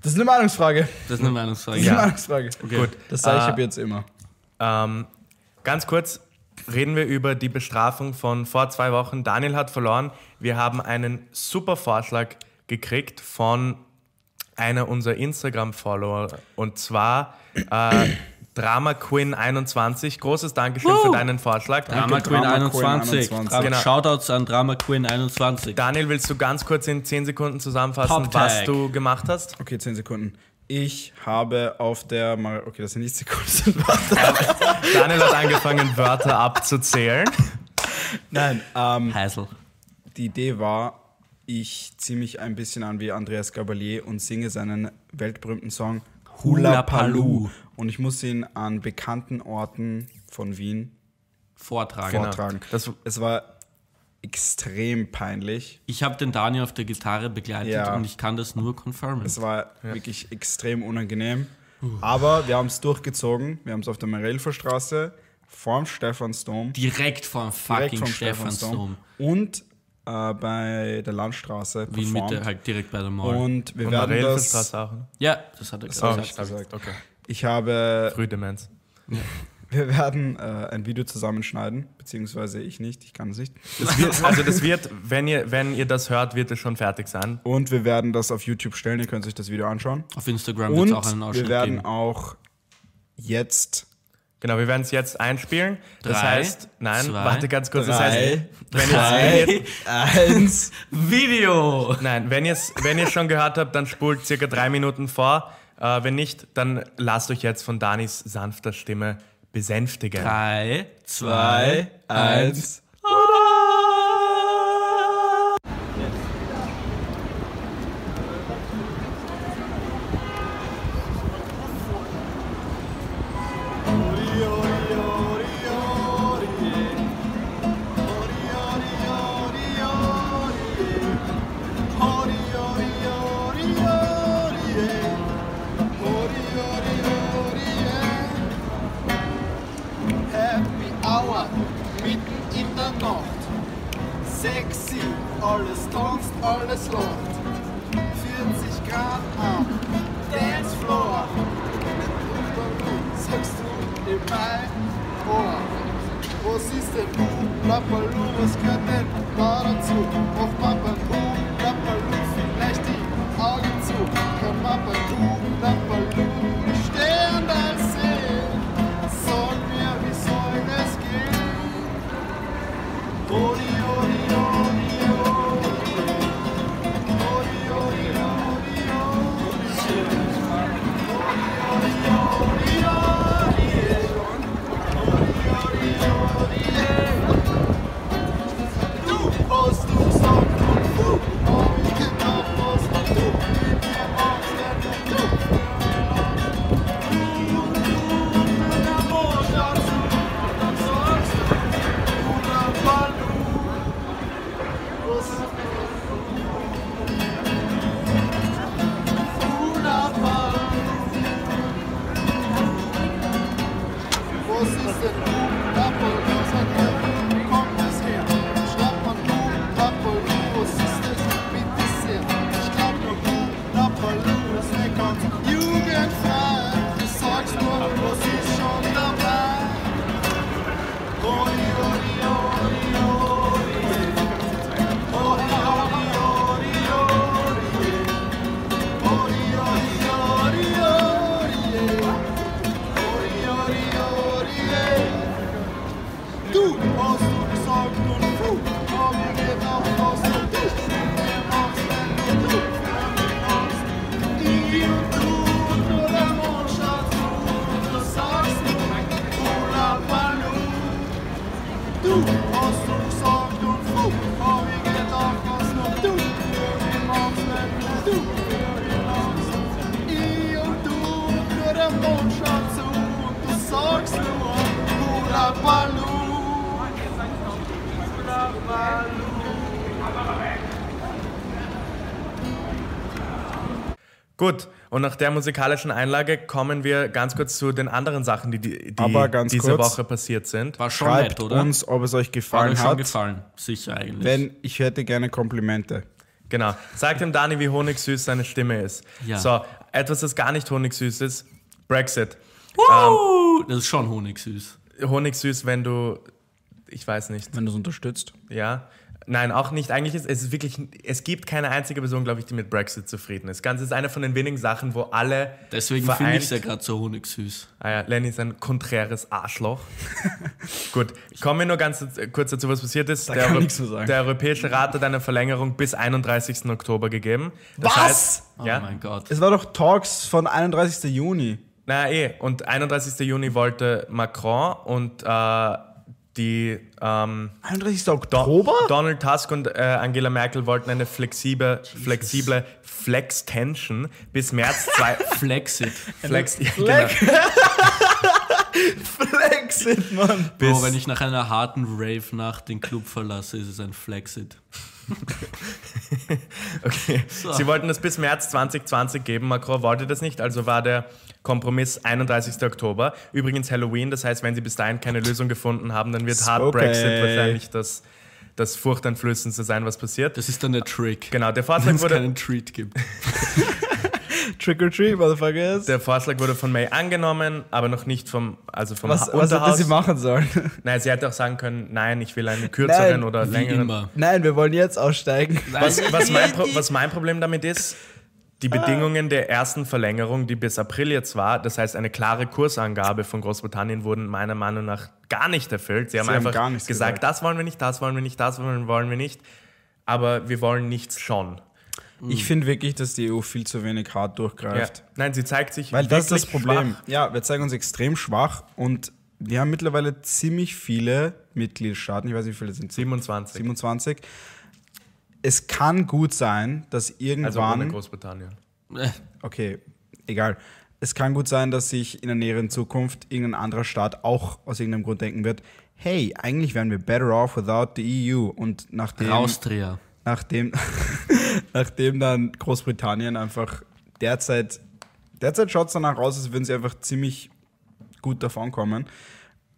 S1: Das ist eine Meinungsfrage. [laughs]
S2: Das ist eine Meinungsfrage.
S1: Das ist eine
S3: Ja.
S1: Meinungsfrage.
S2: Okay. Ah.
S3: Gut.
S1: Das sage ich ab jetzt immer.
S3: Ähm, ganz kurz reden wir über die Bestrafung von vor zwei Wochen. Daniel hat verloren. Wir haben einen super Vorschlag gekriegt von einer unserer Instagram-Follower. Und zwar äh, Drama Queen 21. Großes Dankeschön für deinen Vorschlag.
S2: Drama Queen
S1: Drama Queen
S2: 21.
S1: 21.
S2: Drama-
S3: Genau.
S2: Shoutouts an Drama Queen 21.
S3: Daniel, willst du ganz kurz in 10 Sekunden zusammenfassen,
S2: Top Tag.
S3: was du gemacht hast?
S1: Okay, 10 Sekunden. Ich habe auf der. Mar okay, das sind nicht [laughs] Sekunden.
S3: Daniel hat angefangen, Wörter abzuzählen.
S1: Nein, ähm,
S2: Heisel.
S1: die Idee war, ich ziehe mich ein bisschen an wie Andreas Gabalier und singe seinen weltberühmten Song Hula
S2: Hula
S1: Paloo.
S2: Paloo.
S1: Und ich muss ihn an bekannten Orten von Wien
S2: Vortragen.
S3: Genau.
S1: vortragen.
S3: Das-
S1: es war extrem peinlich.
S2: Ich habe den Daniel auf der Gitarre begleitet
S1: Ja. Also
S2: und ich kann das nur confirmen.
S1: Es war wirklich extrem unangenehm. Aber wir haben es durchgezogen. Wir haben es auf der Merelfer Straße vorm Stephansdom.
S2: Direkt vom
S1: direkt
S2: fucking
S1: vom
S2: Stephansdom.
S1: Stephansdom. Und äh, bei der Landstraße
S2: Wien
S1: performt.
S2: Mitte, halt direkt bei der Mall.
S1: Und wir
S3: Und
S1: werden
S3: Marielle
S1: das.
S3: Straße auch. ne?
S2: ja, das hat er
S1: hab
S2: gesagt.
S1: ich gesagt.
S3: Okay.
S1: Ich habe. [laughs]
S3: Frühdemenz.
S1: Wir werden äh, ein Video zusammenschneiden, beziehungsweise ich nicht, ich kann es nicht.
S3: Das wird, also das wird, wenn ihr, wenn ihr das hört, wird es schon fertig sein.
S1: Und wir werden das auf YouTube stellen, ihr könnt euch das Video anschauen.
S2: Auf Instagram wird
S1: Und
S2: es auch einen
S1: wir
S2: Ausschnitt
S1: werden
S2: geben.
S1: auch jetzt.
S3: Genau, wir werden es jetzt einspielen. Das
S2: Drei,
S3: heißt, nein,
S2: zwei,
S3: warte ganz kurz. Das heißt,
S1: Drei,
S3: wenn ihr
S1: drei, [laughs] eins.
S2: Video!
S3: Nein, wenn ihr es wenn ihr's schon gehört habt, dann spult circa drei Minuten vor. Äh, wenn nicht, dann lasst euch jetzt von Danis sanfter Stimme besänftigen.
S2: Drei, zwei, eins.
S4: Happy Hour mitten in der Nacht. Sexy, alles tanzt, alles lacht. 40 Grad am Dancefloor. Mit Luftballon sagst du in mein Ohr. Was ist denn Hulapalu? Was gehört denn da dazu? Macht man beim Hulapalu vielleicht die Augen zu? Kann man beim Hulapalu die Sterne sehen? Sag mir, wie soll das gehen? Ori, ori, ori, ori. Ori, ori, ori, ori. Ori, ori, ori, ori. Du hast du gesagt, du, hab ich gedacht, was du, mit mir machst, denn du, du, du, mit der Mond dazu, und dann sagst du, du, dann mal du, was du, dann mal Was ist denn Hulapalu? Was hat er? Wo kommt das her? Schreibt man Hulapalu, was ist das? Bitte sehr. Ich glaub nur Hulapalu ist eine ganz jugendfrei. Du sagst nur, was ist schon dabei? Ori, ori, ori, ori. Ori, ori, ori, ori. Ori, ori, ori, ori. Ori, ori, ori, ey. Du hast du gesagt und du komm ich geh nach Hause und du mir machst wenn du für mich machst ich und du und nur der Mond schaut zu und du sagst nur Hulapalu Du hast du gesagt und du komm ich geh nach Hause und du für mich machst wenn du für mich machst ich und du und nur der Mond schaut zu und du sagst nur Hulapalu
S3: Gut, und nach der musikalischen Einlage kommen wir ganz kurz zu den anderen Sachen, die, die, die
S1: Aber ganz
S3: diese
S1: kurz.
S3: Woche passiert sind.
S2: War schon
S1: Schreibt
S2: nett, oder?
S1: uns, ob es euch
S2: Hat
S1: gefallen
S2: euch schon
S1: hat.
S2: gefallen. Sicher eigentlich.
S1: Wenn ich hätte gerne Komplimente.
S3: Genau. Sagt dem Dani, wie honigsüß seine Stimme ist.
S2: Ja.
S3: So, etwas, das gar nicht honigsüß ist, Brexit.
S2: Wuhu! das ist schon honigsüß.
S3: Honigsüß, wenn du, ich weiß nicht,
S1: Wenn du es unterstützt.
S3: ja, Nein, auch nicht. Eigentlich ist es ist wirklich, es gibt keine einzige Person, glaube ich, die mit Brexit zufrieden ist. Ganz ist eine von den wenigen Sachen, wo alle.
S2: Deswegen finde
S3: vereint-
S2: ich es ja gerade so honigsüß.
S3: Ah ja, Lenny ist ein
S1: [laughs]
S3: konträres Arschloch. Gut, kommen wir nur ganz äh, kurz dazu, was passiert ist.
S1: kann
S3: Europ-
S1: nichts mehr sagen.
S3: der Europäische Rat hat eine Verlängerung bis 31. Oktober gegeben.
S1: Was?
S2: Oh
S3: ja,
S2: mein Gott.
S1: Es war doch Talks von 31. Juni.
S3: Na eh, und 31. Juni wollte Macron und äh, die ähm,
S1: 31.
S3: Do-
S1: Oktober?
S3: Donald Tusk und äh, Angela Merkel wollten eine flexible, flexible Flex-Tension bis März 2.
S2: Flexit.
S3: Flex, ja,
S1: [laughs]
S3: genau.
S1: Flex. Flexit, [laughs] Mann.
S2: Bro, wenn ich nach einer harten Rave-Nacht den Club verlasse, ist es ein Flexit.
S3: Okay. Sie wollten das bis März 2020 geben. Macron wollte das nicht, also war der Kompromiss 31. Oktober. Übrigens Halloween, das heißt, wenn sie bis dahin keine Lösung gefunden haben, dann wird Hard
S1: Spooky.
S3: Brexit wahrscheinlich das, das furchteinflößendste sein, was passiert.
S2: Das ist dann der Trick.
S3: Genau, der
S2: Wenn [laughs]
S3: Vorschlag,
S2: es
S3: wurde,
S2: keinen Treat
S3: [laughs]
S2: gibt.
S1: Trick or treat, Motherfuckers.
S3: der Vorschlag wurde von May angenommen, aber noch nicht vom, also vom
S1: Was,
S3: ha
S1: was hätte
S3: Unterhaus.
S1: sie machen sollen?
S3: Nein, sie hätte auch sagen können, nein, ich will einen kürzeren
S1: Nein,
S3: oder
S2: Wie
S3: längeren.
S2: immer.
S1: [laughs] Nein, wir wollen jetzt aussteigen.
S3: Was, was, mein Pro was mein Problem damit ist, die
S1: Ah.
S3: Bedingungen der ersten Verlängerung, die bis April jetzt war, das heißt eine klare Kursangabe von Großbritannien, wurden meiner Meinung nach gar nicht erfüllt. Sie haben
S1: Sie haben
S3: einfach
S1: gar nichts
S3: gesagt,
S1: gesagt.
S3: das wollen wir nicht, das wollen wir nicht, das wollen wollen wir nicht, aber wir wollen nichts schon.
S1: Ich finde wirklich, dass die EU viel zu wenig hart
S3: Ja.
S1: durchgreift.
S3: Nein, sie zeigt sich
S1: Weil das ist das
S3: wirklich
S1: Problem.
S3: schwach.
S1: Ja, wir zeigen uns extrem schwach und wir haben mittlerweile ziemlich viele Mitgliedstaaten. Ich weiß nicht, wie viele es sind.
S3: 27,
S1: 27. Es kann gut sein, dass
S3: also ohne
S1: irgendwann.
S3: Großbritannien.
S2: Äh,
S1: okay, egal. Es kann gut sein, dass sich in der näheren Zukunft irgendein anderer Staat auch aus irgendeinem Grund denken wird: hey, eigentlich wären wir better off without the EU. Und nachdem.
S2: Austria.
S1: Nachdem, [laughs] nachdem dann Großbritannien einfach derzeit, derzeit schaut es danach aus, als würden sie einfach ziemlich gut davonkommen.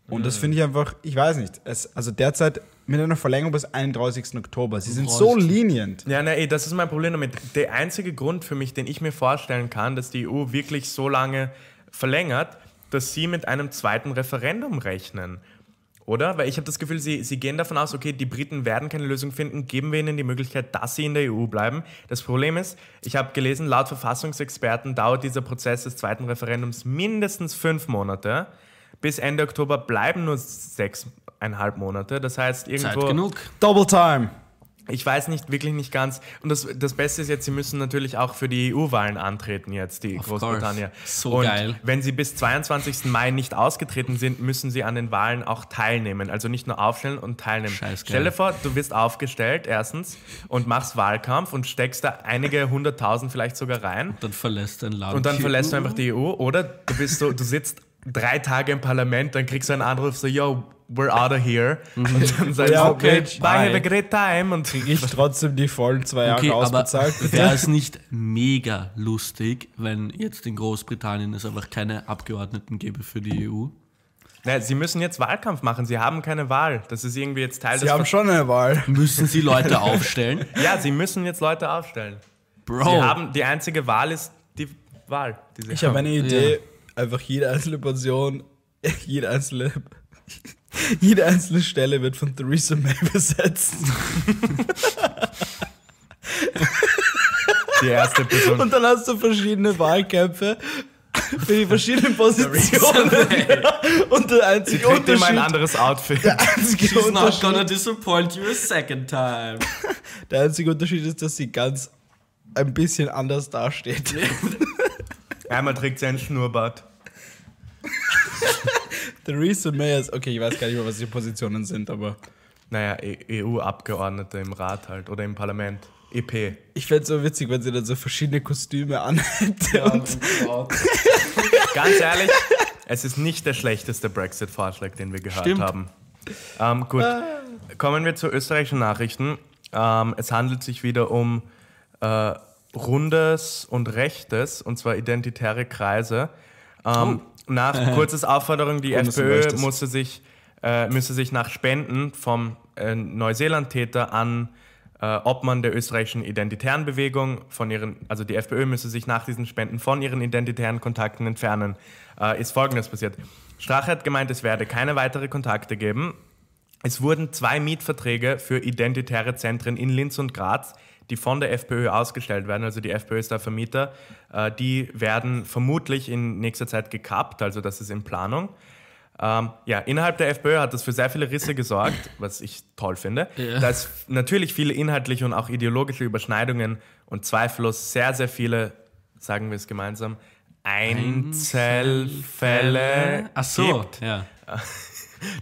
S1: Und das finde ich einfach, ich weiß nicht, es, also derzeit mit einer Verlängerung bis 31. Oktober. Sie sind so lenient.
S3: Ja, na, ey, das ist mein Problem damit. Der einzige Grund für mich, den ich mir vorstellen kann, dass die EU wirklich so lange verlängert, dass sie mit einem zweiten Referendum rechnen. Oder? Weil ich habe das Gefühl, sie, sie gehen davon aus, okay, die Briten werden keine Lösung finden, geben wir ihnen die Möglichkeit, dass sie in der EU bleiben. Das Problem ist, ich habe gelesen, laut Verfassungsexperten dauert dieser Prozess des zweiten Referendums mindestens fünf Monate. Bis Ende Oktober bleiben nur sechseinhalb Monate. Das heißt,
S2: Zeit
S3: irgendwo.
S2: genug.
S1: Double time.
S3: Ich weiß nicht, wirklich nicht ganz. Und das, das Beste ist jetzt, sie müssen natürlich auch für die EU-Wahlen antreten jetzt, die
S2: Of
S3: Großbritannien.
S2: course. So
S3: Und
S2: geil.
S3: wenn sie bis 22. Mai nicht ausgetreten sind, müssen sie an den Wahlen auch teilnehmen. Also nicht nur aufstellen und teilnehmen.
S2: Scheiß geil.
S3: Stell dir vor, du wirst aufgestellt, erstens, und machst Wahlkampf und steckst da einige hunderttausend vielleicht sogar rein.
S2: Dann verlässt dein Laden.
S3: Und dann
S2: die
S3: verlässt du
S2: EU.
S3: einfach die EU, oder? Du bist so, du sitzt drei Tage im Parlament, dann kriegst du einen Anruf so, yo, we're out of here.
S2: Mhm.
S3: Und dann sagst du,
S1: Ja,
S3: okay,
S1: bitch,
S3: bye, have a
S1: bye.
S3: great time. Und
S1: Ich trotzdem die vollen zwei Jahre
S2: Okay, aber
S1: ausbezahlt. [laughs]
S2: [laughs] wäre es nicht mega lustig, wenn jetzt in Großbritannien es einfach keine Abgeordneten gäbe für die E EU?
S3: Na, sie müssen jetzt Wahlkampf machen. Sie haben keine Wahl. Das ist irgendwie jetzt Teil
S1: Sie
S3: des.
S1: haben
S3: Ver-
S1: schon eine Wahl.
S2: Müssen sie
S3: [laughs]
S2: Leute aufstellen?
S3: ja, sie müssen jetzt Leute aufstellen.
S2: Bro, [laughs]
S3: Sie haben die einzige Wahl ist die Wahl. Die sie
S1: Oh. Ich habe eine Idee,
S2: Ja.
S1: einfach jede einzelne Portion, [laughs] jede einzelne, [laughs] jede einzelne Stelle wird von Theresa May [laughs] besetzt.
S3: die erste Person.
S1: Und dann hast du verschiedene Wahlkämpfe für die verschiedenen Positionen. [laughs] Und der
S3: sie
S1: einzige
S3: kriegt immer
S1: Unterschied,
S3: ein anderes
S1: [laughs]
S3: Outfit.
S1: einzige
S2: she's not gonna
S1: Unterschied,
S2: disappoint you a second time.
S1: der einzige Unterschied ist, dass sie ganz ein bisschen anders dasteht.
S3: Einmal trägt sie einen Schnurrbart.
S1: Theresa May ist, okay, ich weiß gar nicht mehr, was die Positionen sind, aber
S3: Naja, E- EU-Abgeordnete im Rat halt oder im Parlament. E EP.
S1: ich fände es so witzig, wenn sie dann so verschiedene Kostüme anhätte und
S3: Ganz ehrlich, es ist nicht der schlechteste Brexit-Vorschlag, den wir gehört
S2: Stimmt.
S3: haben. Ähm, gut, kommen wir zu österreichischen Nachrichten. Ähm, es handelt sich wieder um äh, Rundes und Rechtes, und zwar identitäre Kreise. Ähm, Nach kurzes Aufforderung, die
S1: Rundes und
S3: FPÖ
S1: Rechtes.
S3: musste sich, äh, müsse sich nach Spenden vom äh, Neuseeland-Täter an äh, Obmann der österreichischen Identitären Bewegung von ihren, also die FPÖ müsse sich nach diesen Spenden von ihren identitären Kontakten entfernen, äh, ist Folgendes passiert. Strache hat gemeint, es werde keine weitere Kontakte geben. Es wurden zwei Mietverträge für identitäre Zentren in Linz und Graz, die von der FPÖ ausgestellt werden, also die FPÖ ist der Vermieter, äh, die werden vermutlich in nächster Zeit gekappt, also das ist in Planung. Ähm, ja, innerhalb der FPÖ hat das für sehr viele
S2: [laughs]
S3: Risse gesorgt, was ich toll finde,
S2: Ja.
S3: da es natürlich viele inhaltliche und auch ideologische Überschneidungen und zweifellos sehr, sehr viele, sagen wir es gemeinsam, Einzelfälle
S2: Ach so,
S3: gibt.
S2: ja.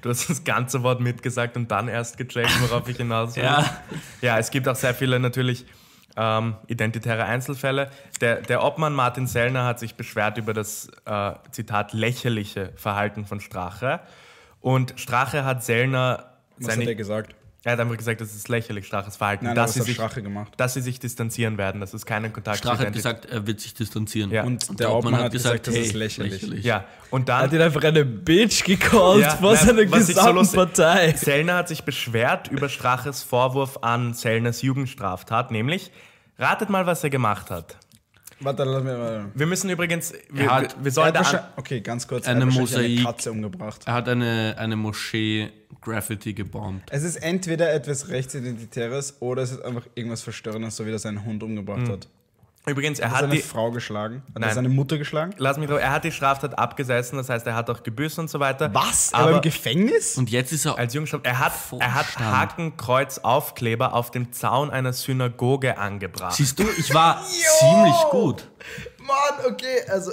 S3: Du hast das ganze Wort mitgesagt und dann erst gecheckt, worauf ich hinaus
S2: [laughs]
S3: will.
S2: Ja.
S3: ja, es gibt auch sehr viele natürlich ähm, identitäre Einzelfälle. Der, der Obmann Martin Sellner hat sich beschwert über das äh, Zitat lächerliche Verhalten von Strache. Und Strache hat Sellner
S1: Was hat er
S3: seine,
S1: gesagt?
S3: er hat einfach gesagt, das ist lächerlich, Straches Verhalten,
S1: Nein,
S3: dass,
S1: das
S3: sie
S1: hat
S3: sich,
S1: Strache gemacht.
S3: dass sie sich distanzieren werden, dass es keinen Kontakt zur
S2: Strache hat
S3: Identität-
S2: gesagt, er wird sich distanzieren.
S3: Ja.
S1: Und, der Obmann hat gesagt, das ist lächerlich.
S3: Ja, und dann
S5: Er hat ihn einfach eine Bitch gecallt
S3: Ja,
S5: vor
S3: nein,
S5: seiner
S3: was ich so
S5: gesamten
S3: lustig-
S5: Partei.
S3: Sellner hat sich beschwert über Straches Vorwurf an Sellners Jugendstraftat, nämlich, ratet mal, was er gemacht hat.
S1: Warte, lass mich mal.
S3: Wir müssen übrigens, wir,
S2: Er hat-
S3: wir
S1: Er
S3: sollen
S1: hat
S3: da an,
S1: wahrscheinlich- okay, ganz kurz. er
S2: eine
S1: hat wahrscheinlich
S2: Mosaik.
S1: Eine Katze umgebracht.
S2: Er hat eine, eine Moschee-Graffiti gebombt.
S1: Es ist entweder etwas Rechtsidentitäres oder es ist einfach irgendwas Verstörendes, so wie das ein Hund umgebracht hat.
S3: übrigens, er
S1: Hat er
S3: Hm. hat
S1: seine
S3: die,
S1: Frau geschlagen? Hat
S3: Nein.
S1: er seine Mutter geschlagen?
S3: lass mich drauf, er hat die Straftat abgesessen, das heißt, er hat auch gebüßt und so weiter.
S1: Was? Aber,
S3: Aber
S1: im Gefängnis?
S2: Und jetzt ist er
S3: als Jugendstraf, er hat, er hat
S2: Vorstand.
S3: Hakenkreuzaufkleber auf dem Zaun einer Synagoge angebracht.
S2: Siehst du, ich war ziemlich gut.
S1: Mann, okay, also.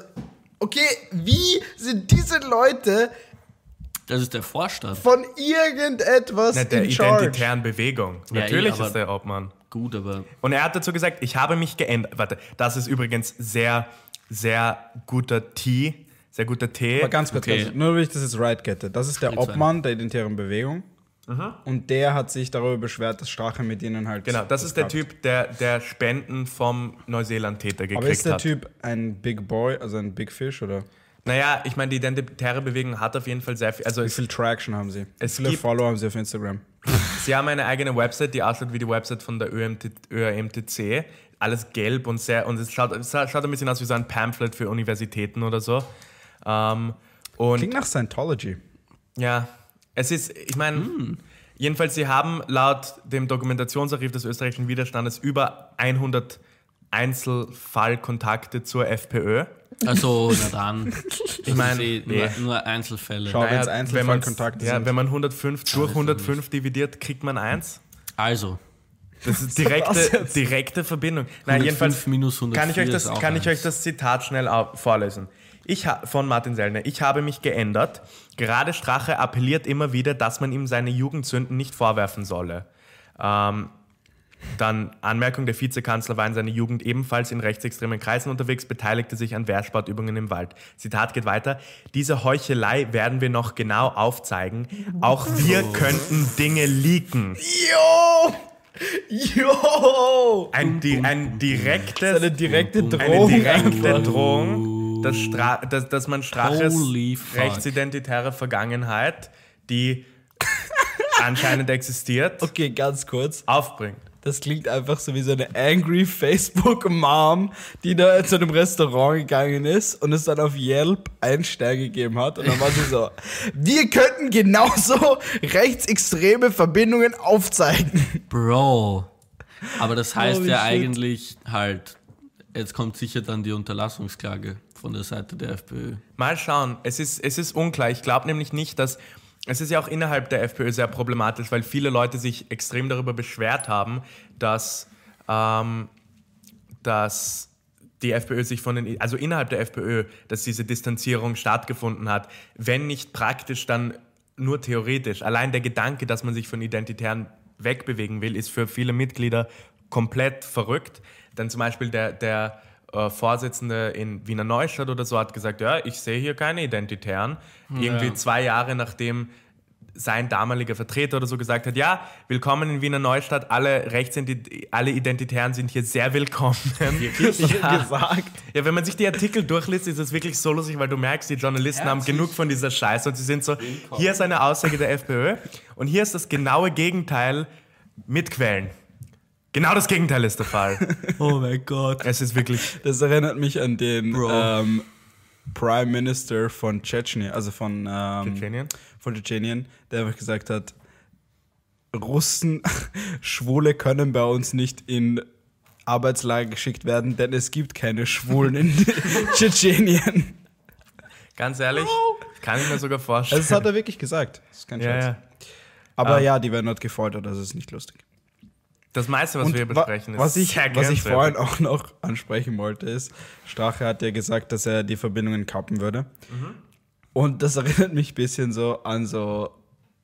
S1: Okay, wie sind diese Leute
S2: Das ist der Vorstand.
S1: von irgendetwas
S3: Nicht der identitären Bewegung.
S2: Ja, eh,
S3: Natürlich
S2: aber-
S3: ist der Obmann.
S2: Gut, aber
S3: Und er hat dazu gesagt, ich habe mich geändert. Warte, das ist übrigens sehr, sehr guter Tee. Sehr guter Tee.
S1: Aber ganz kurz,
S2: Okay.
S1: ganz, nur damit ich das jetzt right gette. Das ist der
S2: Spritz ein.
S1: Obmann der identitären Bewegung. Und der hat sich darüber beschwert, dass Strache mit ihnen halt.
S3: Genau, das ist der
S1: gehabt.
S3: Typ, der, der Spenden vom Neuseeland-Täter gekriegt
S1: Aber ist der
S3: hat.
S1: Typ ein Big Boy, also ein Big Fish oder?
S3: Naja, ich meine, die identitäre Bewegung hat auf jeden Fall sehr viel. Also,
S1: Wie viel Traction haben sie? Wie
S3: Es
S1: viele
S3: gibt-
S1: Follower haben sie auf Instagram?
S3: sie haben eine eigene Website, die aussieht wie die Website von der ÖMT, ÖMTC. Alles gelb und sehr. Und es schaut, es schaut ein bisschen aus wie so ein Pamphlet für Universitäten oder so. Ähm, und
S1: Klingt nach Scientology.
S3: Ja, es ist, ich meine,
S1: Hm.
S3: jedenfalls, sie haben laut dem Dokumentationsarchiv des österreichischen Widerstandes über 100 Einzelfallkontakte zur FPÖ.
S2: also na dann. Ich
S3: meine,
S2: nur,
S3: nee.
S2: nur Einzelfälle.
S1: Schau. Aber wenn's
S3: wenn man's-
S1: Einzelfallkontakte
S3: ja,
S1: sind.
S3: wenn man 105 durch 105 dividiert, kriegt man eins.
S2: Also
S3: Das
S1: [laughs]
S3: ist
S1: Was
S3: direkte,
S1: jetzt?
S3: direkte Verbindung. Nein,
S2: 105
S3: jedenfalls
S2: minus
S3: kann ich euch
S2: 104
S3: das,
S2: ist auch
S3: kann ich
S2: eins.
S3: euch das Zitat schnell au- vorlesen. Ich ha- von Martin Sellner. Ich habe mich geändert. Gerade Strache appelliert immer wieder, dass man ihm seine Jugendsünden nicht vorwerfen solle. Ähm, dann Anmerkung, der Vizekanzler war in seiner Jugend ebenfalls in rechtsextremen Kreisen unterwegs, beteiligte sich an Wehrsportübungen im Wald. Zitat geht weiter, diese Heuchelei werden wir noch genau aufzeigen. Auch wir
S2: Oh.
S3: könnten Dinge leaken. [laughs]
S5: Yo! Yo!
S3: Ein, di ein direktes,
S5: Eine direkte
S3: eine
S5: Drohung.
S3: direkte
S5: einfach.
S3: Drohung, dass, Stra dass, dass man Straches
S2: Holy fuck.
S3: rechtsidentitäre Vergangenheit, die [laughs] anscheinend existiert,
S5: Okay, ganz kurz.
S3: aufbringt.
S5: Das klingt einfach so wie so eine angry Facebook-Mom, die da zu einem Restaurant gegangen ist und es dann auf Yelp einen Stern gegeben hat. Und dann war sie so, wir könnten genauso [laughs] rechtsextreme Verbindungen aufzeigen.
S2: Bro. Aber das heißt
S5: Holy
S2: ja
S5: shit.
S2: eigentlich halt, jetzt kommt sicher dann die Unterlassungsklage von der Seite der FPÖ.
S3: Mal schauen. Es ist, es ist unklar. Ich glaube nämlich nicht, dass. Es ist ja auch innerhalb der FPÖ sehr problematisch, weil viele Leute sich extrem darüber beschwert haben, dass, ähm, dass die FPÖ sich von den, also innerhalb der FPÖ, dass diese Distanzierung stattgefunden hat. Wenn nicht praktisch, dann nur theoretisch. Allein der Gedanke, dass man sich von Identitären wegbewegen will, ist für viele Mitglieder komplett verrückt. Dann zum Beispiel der, der äh, Vorsitzende in Wiener Neustadt oder so hat gesagt, ja, ich sehe hier keine Identitären. Irgendwie zwei Jahre nachdem sein damaliger Vertreter oder so gesagt hat, ja, willkommen in Wiener Neustadt, alle Rechtsident alle Identitären sind hier sehr willkommen.
S5: Gesagt.
S3: Ja, wenn man sich die Artikel durchliest, ist es wirklich so lustig, weil du merkst, die Journalisten haben genug von dieser Scheiße und sie sind so, hier ist eine Aussage der FPÖ und hier ist das genaue Gegenteil mit Quellen. Genau das Gegenteil ist der Fall.
S1: [laughs]
S5: Oh mein Gott.
S3: Es ist wirklich,
S1: Das erinnert mich an den ähm, Prime Minister von Tschetschenien, also von, ähm,
S3: Tschetschenien?
S1: von Tschetschenien, der einfach gesagt hat, Russen, [laughs] Schwule können bei uns nicht in Arbeitslager geschickt werden, denn es gibt keine Schwulen [laughs] in Tschetschenien.
S3: Ganz ehrlich, kann ich mir sogar vorstellen.
S1: Also Das hat er wirklich gesagt. Das ist kein
S3: ja,
S1: Scherz.
S3: ja.
S1: Aber ja, die werden dort gefoltert, das ist nicht lustig.
S3: Das meiste, was wir hier
S1: wa-
S3: besprechen, ist
S1: was ich,
S3: sehr
S1: was ich vorhin
S3: grenzwertig.
S1: auch noch [laughs] ansprechen wollte, ist, Strache hat ja gesagt, dass er die Verbindungen kappen würde.
S2: Mhm.
S1: Und das [laughs] erinnert mich ein bisschen so an so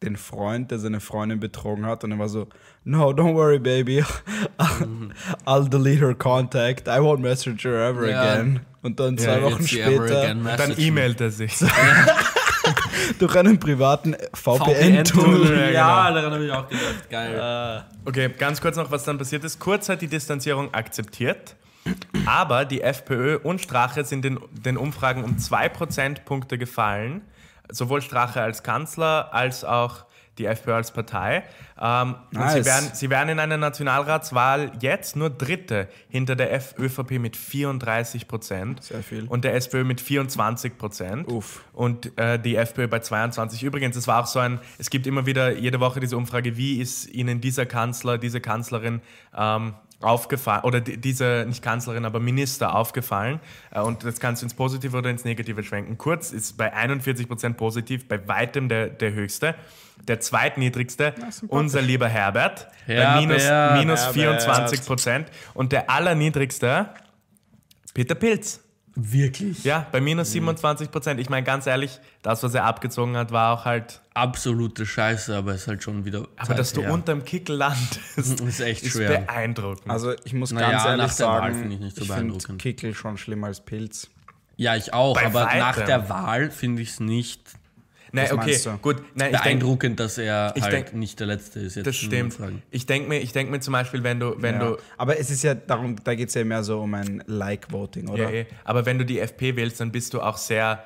S1: den Freund, der seine Freundin betrogen hat und er war so, no, don't worry, baby, [laughs]
S2: Mhm.
S1: I'll delete her contact, I won't message her ever
S2: Ja.
S1: again. Und dann zwei Wochen
S2: Jetzt die American
S1: später
S3: Dann
S2: Message.
S3: e-mailt er sich.
S1: [laughs] durch einen privaten VPN-Tunnel.
S2: [laughs]
S3: VPN-Tunnel. Ja,
S2: Ja, daran habe ich auch gedacht. Geil.
S3: Okay, ganz kurz noch, was dann passiert ist. Kurz hat die Distanzierung akzeptiert, aber die FPÖ und Strache sind in den Umfragen um zwei Prozentpunkte gefallen. Sowohl Strache als Kanzler als auch die FPÖ als Partei. Ähm, und sie
S1: Nice.
S3: werden, sie werden in einer Nationalratswahl jetzt nur Dritte hinter der F ÖVP mit 34 Prozent.
S1: Sehr viel.
S3: Und der SPÖ mit 24 Prozent.
S1: Uff.
S3: Und äh, die FPÖ bei 22. Übrigens, es war auch so ein, es gibt immer wieder jede Woche diese Umfrage, wie ist Ihnen dieser Kanzler, diese Kanzlerin ähm, aufgefallen, oder di- diese, nicht Kanzlerin, aber Minister aufgefallen. Äh, und das kannst du ins Positive oder ins Negative schwenken. Kurz ist bei 41 Prozent positiv, bei weitem der, der höchste. Der zweitniedrigste, unser lieber Herbert, bei minus,
S2: Herbert.
S3: minus
S1: Herbert.
S3: 24 Prozent. Und der allerniedrigste, Peter Pilz.
S2: Wirklich?
S3: Ja, bei minus 27 Prozent. Ich meine, ganz ehrlich, das, was er abgezogen hat, war auch halt.
S2: Absolute Scheiße, aber es ist halt schon wieder.
S3: Aber dass du
S2: her.
S3: unterm Kickel landest,
S2: Ist echt
S3: ist
S2: schwer.
S3: beeindruckend.
S1: Also ich muss
S2: Naja,
S1: ganz ehrlich
S2: nach der Wahl
S1: sagen,
S2: finde ich nicht so
S1: ich finde
S2: beeindruckend.
S1: Kickel schon schlimmer als Pilz.
S2: Ja, ich auch,
S3: Bei
S2: aber nach
S3: weitem.
S2: der Wahl finde ich es nicht
S3: nein, okay,
S1: meinst du?
S3: gut. Nein, ich denke,
S2: beeindruckend, dass er halt
S3: denk-
S2: nicht der Letzte ist. Jetzt
S3: das
S2: in den
S3: stimmt.
S2: Umfragen.
S3: Ich denke mir, ich denk mir zum Beispiel, wenn du, wenn
S1: Ja.
S3: du.
S1: Aber es ist ja darum, da geht es ja mehr so um ein Like-Voting,
S3: Ja,
S1: oder?
S3: eh, aber wenn du die FP wählst, dann bist du auch sehr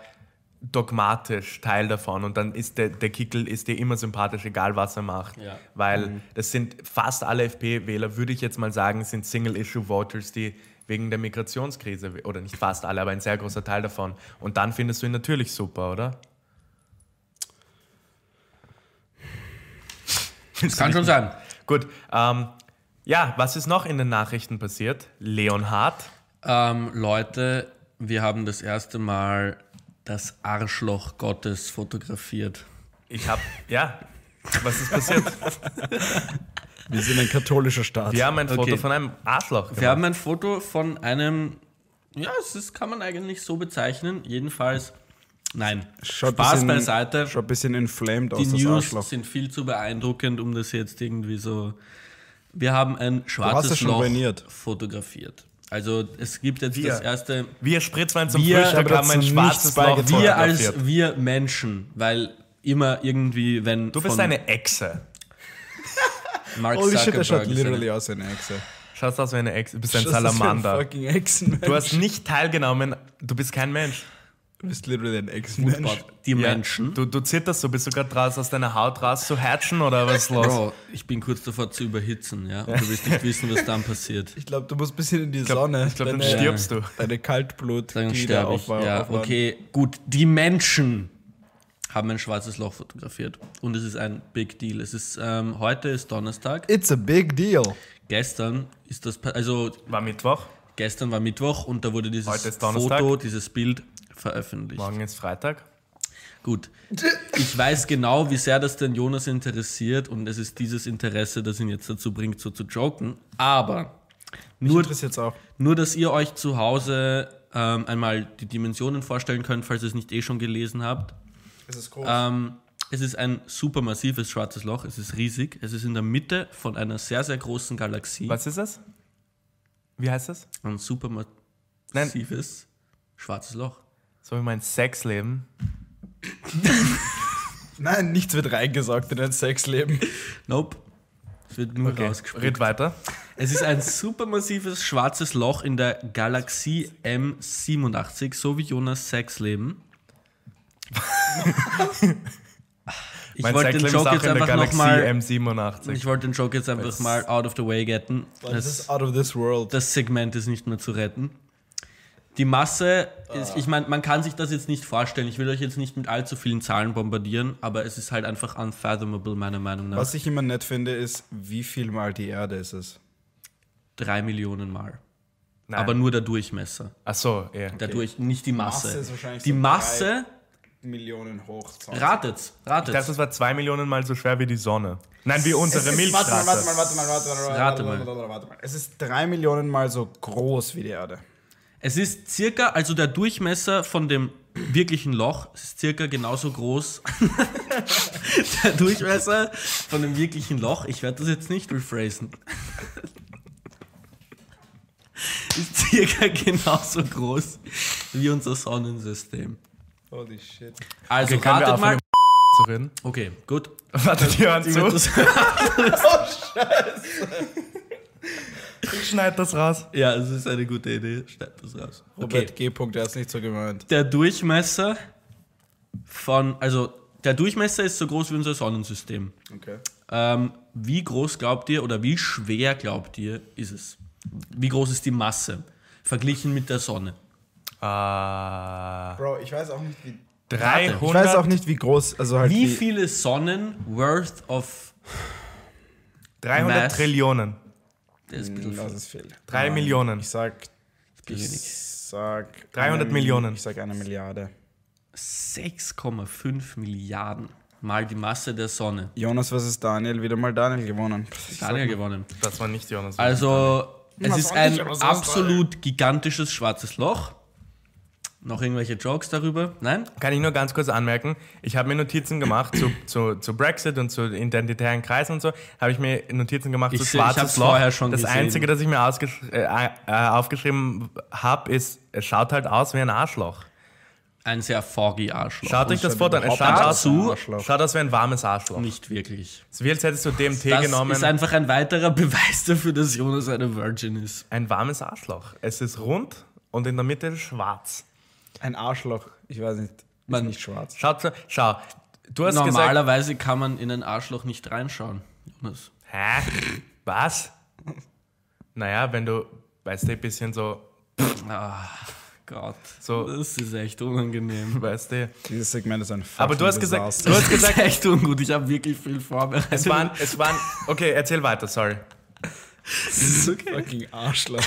S3: dogmatisch Teil davon und dann ist der, der Kickel ist dir immer sympathisch, egal was er macht.
S2: Ja. Mhm.
S3: Weil das sind fast alle FP-Wähler, würde ich jetzt mal sagen, sind Single-Issue-Voters, die wegen der Migrationskrise, oder nicht fast alle, aber ein sehr großer Teil davon. Und dann findest du ihn natürlich super, oder?
S2: Das kann schon sein.
S3: Gut, ähm, ja, was ist noch in den Nachrichten passiert? Leon Hart.
S2: Ähm, Leute, wir haben das erste Mal das Arschloch Gottes fotografiert.
S3: Ich hab, ja, was ist passiert?
S1: Wir sind ein katholischer Staat.
S3: Wir haben ein Foto
S2: Okay.
S3: von einem Arschloch gemacht.
S2: Wir haben ein Foto von einem, ja, es ist, kann man eigentlich so bezeichnen. Jedenfalls, nein,
S1: Schaut
S2: Spaß
S1: bisschen,
S2: beiseite.
S1: Schaut ein bisschen inflamed
S2: Die
S1: aus, das
S2: News
S1: Arschloch.
S2: sind viel zu beeindruckend, um das jetzt irgendwie so. Wir haben ein schwarzes
S1: das schon
S2: Loch
S1: ruiniert.
S2: fotografiert. Also es gibt jetzt
S3: Wir.
S2: das erste.
S3: Wir Spritzwein zum
S2: Wir-
S3: Frühstück
S1: aber
S3: haben ein
S1: dazu
S3: schwarzes
S1: nichts
S3: Loch
S1: beigetragen.
S2: Wir
S3: fotografiert.
S2: als wir Menschen, weil immer irgendwie, wenn
S3: Du bist
S2: von
S3: eine Echse.
S2: Mark
S1: Holy shit, der
S2: Zuckerberg
S1: schaut
S2: seine-
S1: literally aus wie eine Echse.
S3: Schaust aus wie eine Echse. Du bist ein
S1: Das ist ein
S3: Salamander.
S1: fucking Echsen.
S3: Du hast nicht teilgenommen. Du bist kein Mensch.
S1: Du bist literally ein Echsenmensch.
S2: die
S3: Ja.
S2: Menschen.
S3: Du, du zitterst so. Bist du gerade raus aus deiner Haut raus zu Herzen oder was ist los?
S2: Bro, ich bin kurz davor zu überhitzen, ja. Und du willst nicht wissen, was dann passiert.
S1: Ich glaube, du musst ein bisschen in die Sonne.
S3: ich glaub, dann
S1: deine-
S3: stirbst du.
S1: Deine Kaltblut,
S2: Dann
S1: die da
S2: sterbe ich.
S1: aufwa-
S2: Ja,
S1: aufwärmen.
S2: okay, gut. Die Menschen haben ein schwarzes Loch fotografiert. Und es ist ein Big Deal. Es ist, ähm, heute ist Donnerstag.
S1: It's a big deal.
S2: Gestern ist das, pa- also
S3: War Mittwoch.
S2: gestern war Mittwoch und da wurde dieses
S3: Heute ist Donnerstag.
S2: Foto, dieses Bild veröffentlicht.
S3: Morgen ist Freitag.
S2: Gut. Ich weiß genau, wie sehr das den Jonas interessiert und es ist dieses Interesse, das ihn jetzt dazu bringt, so zu joken. Aber nur,
S1: Das jetzt auch.
S2: nur, dass ihr euch zu Hause ähm, einmal die Dimensionen vorstellen könnt, falls ihr es nicht eh schon gelesen habt.
S1: Es ist groß.
S2: Ähm, es ist ein supermassives schwarzes Loch, es ist riesig, es ist in der Mitte von einer sehr, sehr großen Galaxie.
S3: Was ist es? Wie heißt es?
S2: Ein supermassives schwarzes Loch.
S3: So wie mein Sexleben.
S1: Nein, nichts wird reingesaugt in dein Sexleben.
S2: Nope. Es wird nur
S3: Okay.
S2: rausgespuckt.
S3: Red weiter.
S2: Es ist ein supermassives schwarzes Loch in der Galaxie M87, so wie Jonas
S3: [laughs]
S2: Sexleben. ich
S3: Mein
S2: wollte den
S3: Sexleben ist
S2: Joke
S3: auch
S2: jetzt
S3: in der
S2: einfach
S3: Galaxie
S2: nochmal.
S3: M87.
S2: Ich wollte den Joke jetzt einfach mal out of the way getten.
S1: Das
S2: Das,
S1: ist out of this world.
S2: das Segment ist nicht mehr zu retten. Die Masse,
S1: Ah.
S2: ist, ich meine, man kann sich das jetzt nicht vorstellen. Ich will euch jetzt nicht mit allzu vielen Zahlen bombardieren, aber es ist halt einfach unfathomable, meiner Meinung nach.
S1: Was ich immer nett finde, ist, wie viel mal die Erde ist es.
S2: Drei Millionen Mal.
S3: Nein.
S2: Aber nur der Durchmesser.
S3: Ach so, eh. ja.
S2: Der Durch, nicht die Masse.
S1: Masse ist wahrscheinlich
S2: die
S1: so drei-
S2: Masse,
S1: Millionen hoch.
S2: ratet's, ratet's.
S3: Das ist war zwei Millionen Mal so schwer wie die Sonne. Nein, wie
S1: Es
S3: unsere
S1: ist, warte mal, warte mal,
S3: Milchstraße.
S1: warte mal, warte mal, warte
S2: Rate
S1: mal,
S2: mal.
S1: warte mal, warte mal. Es ist drei Millionen Mal so groß wie die Erde.
S2: Es ist circa, also der Durchmesser von dem wirklichen Loch ist circa genauso groß. [laughs] der Durchmesser von dem wirklichen Loch, ich werde das jetzt nicht rephrasen, [laughs] ist circa genauso groß wie unser Sonnensystem.
S1: Holy shit.
S2: Also
S3: Okay, können wir
S2: ratet
S3: aufhören,
S2: mal.
S3: [laughs] Zu reden.
S2: Okay, gut.
S3: Warte, die hören
S2: Ich würd
S3: zu.
S2: das- [laughs]
S3: Ich schneid das raus.
S2: Ja, es ist eine gute Idee. Schneid das raus. Okay.
S1: Robert G. Punkt, der ist nicht so gemeint.
S2: der Durchmesser von, also der Durchmesser ist so groß wie unser Sonnensystem.
S1: Okay.
S2: Ähm, wie groß glaubt ihr oder wie schwer glaubt ihr ist es? Wie groß ist die Masse verglichen mit der Sonne?
S3: Äh,
S1: Bro, ich weiß auch nicht, wie. Ich weiß
S3: 300
S1: auch nicht, wie groß. Also halt
S2: Wie viele Sonnen worth of
S3: 300
S2: Mass.
S3: Trillionen.
S2: das ist ein
S3: Hm,
S2: bisschen
S1: Das
S2: viel.
S1: ist viel.
S3: Drei Millionen.
S1: Ich sag.
S2: bisschen
S1: Ich
S2: wenig.
S1: sag.
S3: 300
S1: eine-
S3: Millionen.
S1: Ich sag eine Milliarde.
S2: 6,5 Milliarden mal die Masse der Sonne.
S1: Jonas versus Daniel, wieder mal Daniel gewonnen.
S2: Daniel gewonnen.
S3: Das war nicht Jonas.
S2: Also es
S1: Man
S2: ist
S1: soll nicht
S2: ein
S1: aber so
S2: absolut gigantisches schwarzes Loch. Noch irgendwelche Jokes darüber? Nein?
S3: Kann ich nur ganz kurz anmerken, ich habe mir Notizen gemacht zu, zu, zu Brexit und zu identitären Kreisen und so, habe ich mir Notizen gemacht
S2: Ich
S3: zu
S2: seh- ich
S3: Schwarzes
S2: hab's
S3: Loch.
S2: vorher schon
S3: das
S2: gesehen.
S3: Einzige, das ich mir ausgesch- äh, äh, aufgeschrieben habe, ist, es schaut halt aus wie ein Arschloch.
S2: Ein sehr foggy Arschloch.
S3: Schaut euch das Foto an, es schaut aus,
S2: Dazu
S3: schaut aus wie ein warmes Arschloch.
S2: nicht wirklich.
S3: Es ist wie als hättest du DMT
S2: Hm. das
S3: genommen.
S2: ist
S3: Ein,
S2: einfach ein weiterer [laughs] Beweis dafür, dass Jonas eine Virgin ist.
S3: warmes Arschloch. Es ist rund und in der Mitte schwarz.
S1: Ein Arschloch. Ich weiß nicht. Ist
S2: Man-
S1: nicht schwarz.
S3: Schaut, so- schau, du hast gesagt...
S2: Normalerweise kann man in ein Arschloch nicht reinschauen, Jonas.
S3: Hä? Was? Naja, wenn du, weißt du, ein bisschen so...
S2: Ah, Gott.
S3: So.
S2: Das ist echt
S3: [laughs]
S2: unangenehm.
S3: Weißt du,
S1: Dieses Segment ist ein fucking
S3: Aber du hast gesagt,
S1: Desaster.
S3: du hast
S2: Das [laughs]
S3: gesagt,
S2: ist echt ungut. Ich habe wirklich viel vorbereitet.
S3: es waren, es waren, okay, erzähl weiter, sorry.
S2: [laughs]
S1: fucking Arschloch.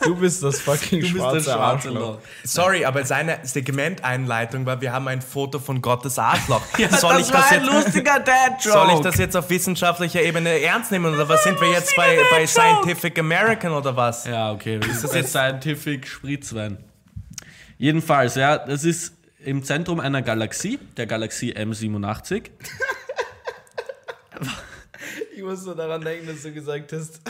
S1: [laughs] Du bist das fucking
S2: du bist
S1: schwarze,
S2: das schwarze
S1: Arschloch.
S2: Loch.
S3: Sorry, aber seine Segmenteinleitung war, wir haben ein Foto von Gottes Arschloch.
S2: Ja,
S3: soll, ich das
S2: war ein
S3: jetzt,
S2: lustiger Dad-Joke.
S3: soll ich das jetzt auf wissenschaftlicher Ebene ernst nehmen oder was sind wir jetzt bei, bei Scientific American oder was?
S2: Ja, okay. Ist das jetzt Scientific Spritzwein? Jedenfalls, ja, das ist im Zentrum einer Galaxie, der Galaxie M87.
S5: Ich muss nur daran denken, dass du gesagt hast,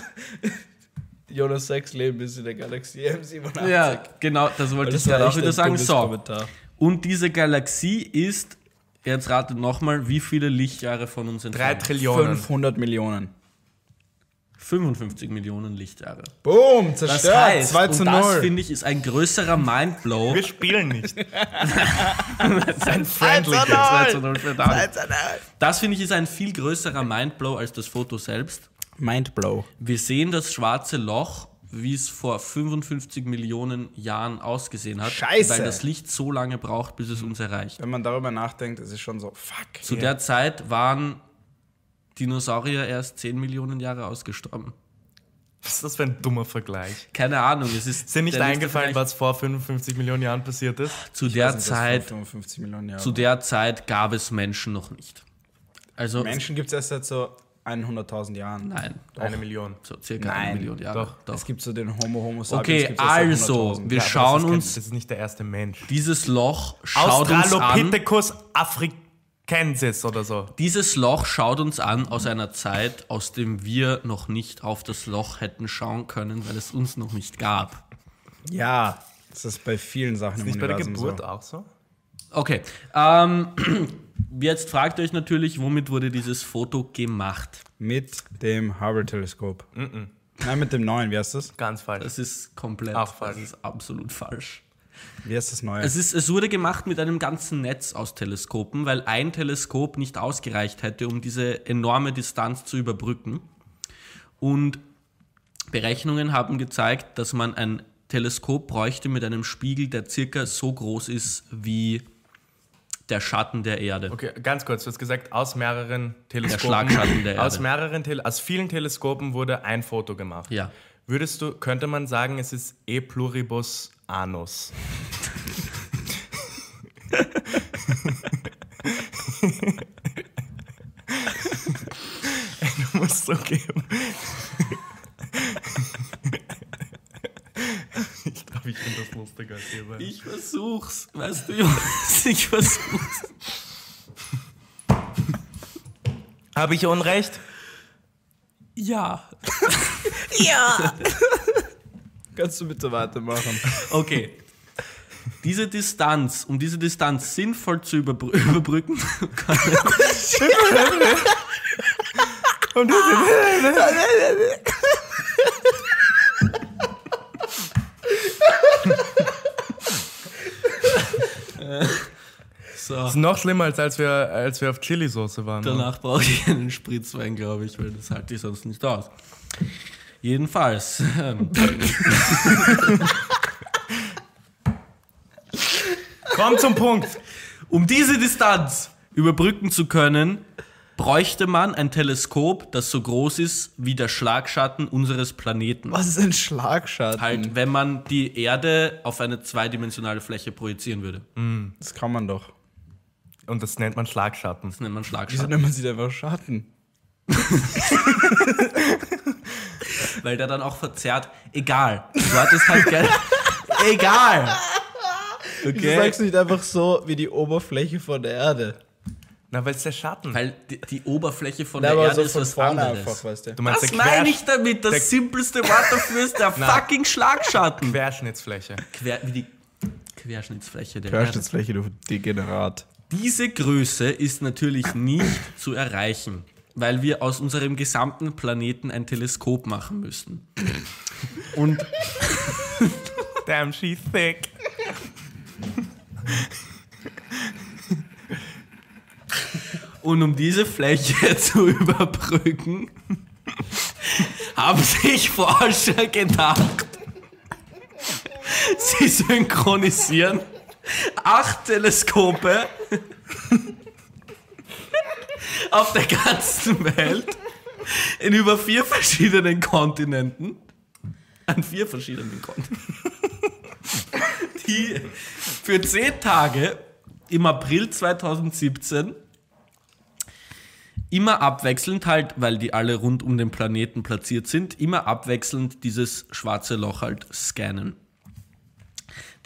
S5: [laughs] Jonas Sex Leben ist in der Galaxie M87.
S2: Ja, genau, das wollte ich
S5: war
S2: gerade auch
S5: echt
S2: wieder
S5: ein
S2: sagen.
S5: dummes
S2: So,
S5: Kommentar.
S2: und diese Galaxie ist, jetzt rate nochmal, wie viele Lichtjahre von uns
S3: Drei
S2: entfernt?
S3: Trillionen.
S1: 500 Millionen.
S2: 55 Millionen Lichtjahre.
S1: Boom,
S2: Das
S1: zerstört.
S2: heißt,
S1: 2 zu
S2: und das
S1: 0.
S2: finde ich ist ein größerer Mindblow.
S3: Wir
S2: [laughs]
S3: spielen nicht. Ein Friendly.
S2: 2 zu 0 für Daniel. Das finde ich ist ein viel größerer Mindblow als das Foto selbst.
S1: Mindblow.
S2: Wir sehen das schwarze Loch, wie es vor 55 Millionen Jahren ausgesehen hat,
S1: Scheiße.
S2: weil das Licht so lange braucht, bis es uns erreicht.
S1: Wenn man darüber nachdenkt, ist es schon so, fuck.
S2: Zu der Zeit waren Dinosaurier erst 10 Millionen Jahre ausgestorben.
S3: Was ist das für ein dummer Vergleich?
S2: Keine Ahnung, es ist
S3: Ist dir nicht
S2: der nächste
S3: eingefallen,
S2: Vergleich-
S3: was vor 55 Millionen Jahren passiert ist?
S2: zu der
S1: Das sind
S2: Zeit
S1: 55 Millionen Jahre.
S2: zu der Zeit gab es Menschen noch nicht. Also
S1: Menschen gibt es erst seit so 100.000 Jahren.
S2: nein,
S3: Eine Million.
S2: so circa
S1: Nein,
S2: eine Million Jahre.
S3: doch.
S1: Es gibt so den Homo Homo
S2: Okay,
S1: gibt's erst seit
S2: also,
S1: 100.000.
S2: wir
S3: Ja, aber
S2: schauen
S3: das ist kein-
S2: uns
S3: Das ist nicht der erste Mensch.
S2: dieses Loch schaut uns an.
S3: Australopithecus africensis oder so.
S2: Dieses Loch schaut uns an aus einer Zeit, aus dem wir noch nicht auf das Loch hätten schauen können, weil es uns noch nicht gab.
S1: Ja, das ist bei vielen Sachen im
S3: Nicht bei der
S1: Universum
S3: Geburt
S1: so.
S3: auch so?
S2: Okay, ähm, [clears throat] jetzt fragt euch natürlich, womit wurde dieses Foto gemacht?
S1: Mit dem Hubble-Teleskop. Nein, mit dem neuen. Wie heißt das?
S3: Ganz falsch.
S2: Das ist komplett,
S3: Auch falsch.
S2: das ist absolut falsch.
S1: Wie heißt das neue?
S2: Es, ist, es wurde gemacht mit einem ganzen Netz aus Teleskopen, weil ein Teleskop nicht ausgereicht hätte, um diese enorme Distanz zu überbrücken. Und Berechnungen haben gezeigt, dass man ein Teleskop bräuchte mit einem Spiegel, der circa so groß ist wie der Schatten der Erde.
S3: Okay, ganz kurz, du hast gesagt, aus mehreren Teleskopen,
S2: Schlagschatten der
S3: aus
S2: Erde.
S3: mehreren Tele aus vielen Teleskopen wurde ein Foto gemacht.
S2: Ja.
S3: Würdest du, könnte man sagen, es ist E pluribus anus. du musst so geben. ich glaube, ich finde das lustiger als ihr beiden.
S2: Ich versuch's. Weißt du, [laughs] Jonas, ich versuch's.
S3: Habe ich Unrecht?
S2: Ja.
S5: Kannst du bitte weitermachen?
S2: Okay. Diese Distanz, um diese Distanz sinnvoll zu überbrü [laughs] überbrücken,
S3: Das ist noch schlimmer, als, als, wir, als wir auf Chili-Soße waren. ne?
S2: Danach brauche ich einen Spritzwein, glaube ich, weil das halte ich sonst nicht aus. Jedenfalls. ähm,
S3: Komm zum Punkt.
S2: Um diese Distanz überbrücken zu können, bräuchte man ein Teleskop, das so groß ist wie der Schlagschatten unseres Planeten.
S5: Was ist ein Schlagschatten?
S2: Halt, wenn man die Erde auf eine zweidimensionale Fläche projizieren würde.
S5: Das kann man doch.
S3: Und das nennt man Schlagschatten.
S2: Das nennt man
S5: Wieso
S2: Schlagschatten.
S5: nennt man sie einfach Schatten?
S2: Weil der dann auch verzerrt. Egal. Du hattest halt gerne. Egal.
S5: Okay. Du sagst nicht einfach so wie die Oberfläche von der Erde.
S3: Na, weil es der Schatten.
S2: Weil die, die Oberfläche von der Erde ist was anderes.
S5: weißt du.
S3: Du meinst
S2: Das
S3: der Quer-
S2: meine ich damit.
S3: der-
S2: Das simpelste Wort dafür ist [laughs] der
S3: Na.
S2: fucking Schlagschatten.
S3: Querschnittsfläche.
S2: Quer, wie die Querschnittsfläche der Erde.
S5: Querschnittsfläche, du Degenerat.
S2: Diese Größe ist natürlich nicht zu erreichen, weil wir aus unserem gesamten Planeten ein Teleskop machen müssten. Und
S3: Damn, she's thick.
S2: Und um diese Fläche [laughs] zu überbrücken, haben sich Forscher gedacht, sie synchronisieren acht Teleskope auf der ganzen Welt in über vier verschiedenen Kontinenten. An vier verschiedenen Kontinenten. Die für zehn Tage im April 2017 immer abwechselnd halt, weil die alle rund um den Planeten platziert sind, immer abwechselnd dieses schwarze Loch halt scannen.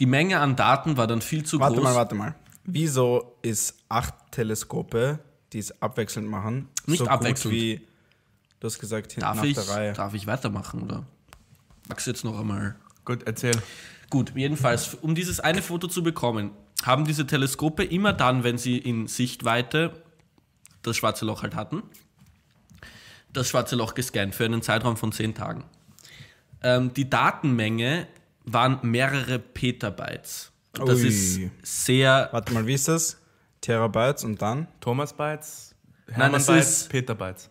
S2: Die Menge an Daten war dann viel zu
S1: Warte
S2: groß.
S1: mal, warte mal. Wieso ist acht Teleskope, die es abwechselnd machen,
S2: Nicht
S1: so
S2: abwechselnd.
S1: gut wie, du hast gesagt, hinten
S2: Darf
S1: auf
S2: ich,
S1: der Reihe?
S2: darf ich weitermachen, oder? Magst du jetzt noch einmal?
S3: Gut, erzähl.
S2: Gut, jedenfalls, um dieses eine Foto zu bekommen, haben diese Teleskope immer dann, wenn sie in Sichtweite das schwarze Loch halt hatten, das schwarze Loch gescannt für einen Zeitraum von zehn Tagen. Ähm, die Datenmenge waren mehrere Petabytes. Das
S1: Ui.
S2: ist sehr.
S1: Warte mal, wie ist das? Terabytes und dann?
S3: Thomas Bites,
S2: Nein,
S3: Hermann
S2: es
S3: Bites,
S2: ist-
S3: Peter Bites.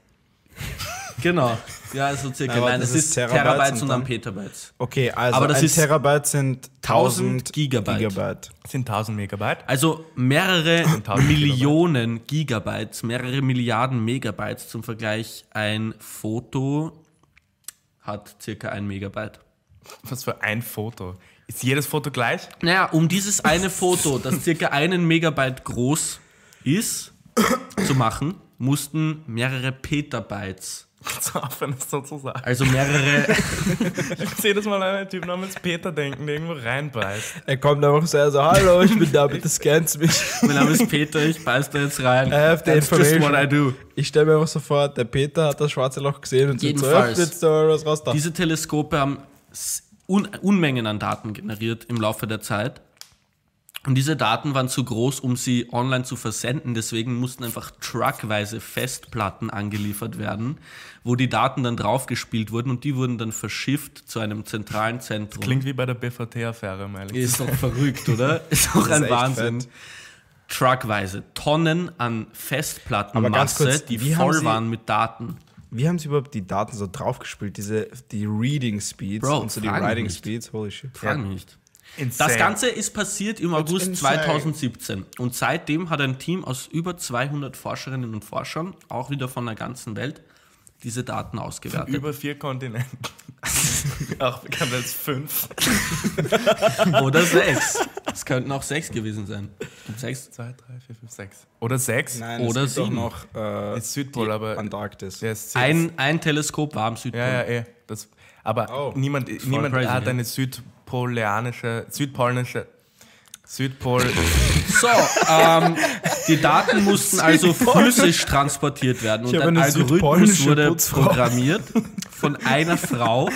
S2: Genau. Ja, so circa.
S1: Aber
S2: Nein,
S1: das
S2: es
S1: ist
S2: ist
S1: Terabytes
S2: Terabytes,
S1: und
S2: und dann
S1: dann-
S2: Petabytes.
S1: Okay, also
S2: Aber das
S1: ein
S2: ist
S1: Terabyte sind 1000
S2: Gigabyte.
S1: Gigabyte.
S3: Das sind 1000 Megabyte.
S2: Also mehrere
S3: 1000
S2: Millionen Gigabytes, mehrere Milliarden Megabytes zum Vergleich. Ein Foto hat circa ein Megabyte.
S3: Was für ein Foto. Ist jedes Foto gleich? [laughs]
S2: Naja, um dieses eine Foto, das circa einen Megabyte groß ist, zu machen, mussten mehrere Petabytes,
S3: So offen ist sozusagen.
S2: also mehrere,
S3: Ich sehe das mal an einen Typen namens Peter denken, der irgendwo reinbeißt.
S5: Er kommt einfach so, also, hallo, ich bin da, bitte scans mich.
S2: [laughs] mein Name ist Peter, ich beiß da jetzt rein.
S5: I have the
S2: That's just what I
S5: information.
S2: do.
S5: Ich stelle mir einfach so vor, der Peter hat das schwarze Loch gesehen und sieht so,
S2: Jedenfalls.
S5: jetzt da mal was raus da.
S2: Diese Teleskope haben s- un Unmengen an Daten generiert im Laufe der Zeit. Und diese Daten waren zu groß, um sie online zu versenden. Deswegen mussten einfach truckweise Festplatten angeliefert werden, wo die Daten dann draufgespielt wurden und die wurden dann verschifft zu einem zentralen Zentrum.
S3: Klingt wie bei der BVT-Affäre, um
S1: [laughs]
S3: ehrlich
S2: Ist doch verrückt, oder? Ist doch ein
S1: echt
S2: Wahnsinn. Truckweise, Tonnen an Festplattenmasse,
S1: ganz kurz,
S2: die
S1: wie haben
S2: voll
S1: Sie-
S2: waren mit Daten.
S1: Wie haben sie überhaupt die Daten so draufgespielt? Diese, die Reading Speeds
S2: Bro,
S1: und so die
S2: frag mich
S1: Writing
S2: nicht.
S1: Speeds? Holy shit.
S2: Frag mich nicht.
S3: Insane.
S2: Das Ganze ist passiert im August
S1: insane.
S2: 2017 und seitdem hat ein Team aus über 200 Forscherinnen und Forschern, auch wieder von der ganzen Welt, diese Daten
S3: [laughs]
S2: ausgewertet.
S3: über vier Kontinenten. [laughs] Auch bekannt als fünf.
S2: Oder sechs. Es könnten auch sechs gewesen sein. Und sechs.
S3: Zwei, drei, vier, fünf, sechs. Oder sechs?
S1: Nein,
S2: Oder
S1: es gibt
S2: sieben.
S1: auch noch äh,
S3: Ist Südpol,
S1: die
S3: aber-
S1: Antarktis.
S3: Der ist sehr-
S2: Ein, ein Teleskop war am Südpol.
S3: Ja, ja, eh. Das, aber
S1: Oh.
S3: niemand, niemand
S2: crazy,
S3: hat
S2: ja.
S3: eine südpoleanische, südpolnische, Südpol.
S2: [laughs] So, ähm, die Daten mussten also physisch transportiert werden und
S1: habe
S2: ein
S1: eine
S2: Algorithmus
S1: südpolnische
S2: wurde
S1: Putzfrau.
S2: programmiert von einer Frau,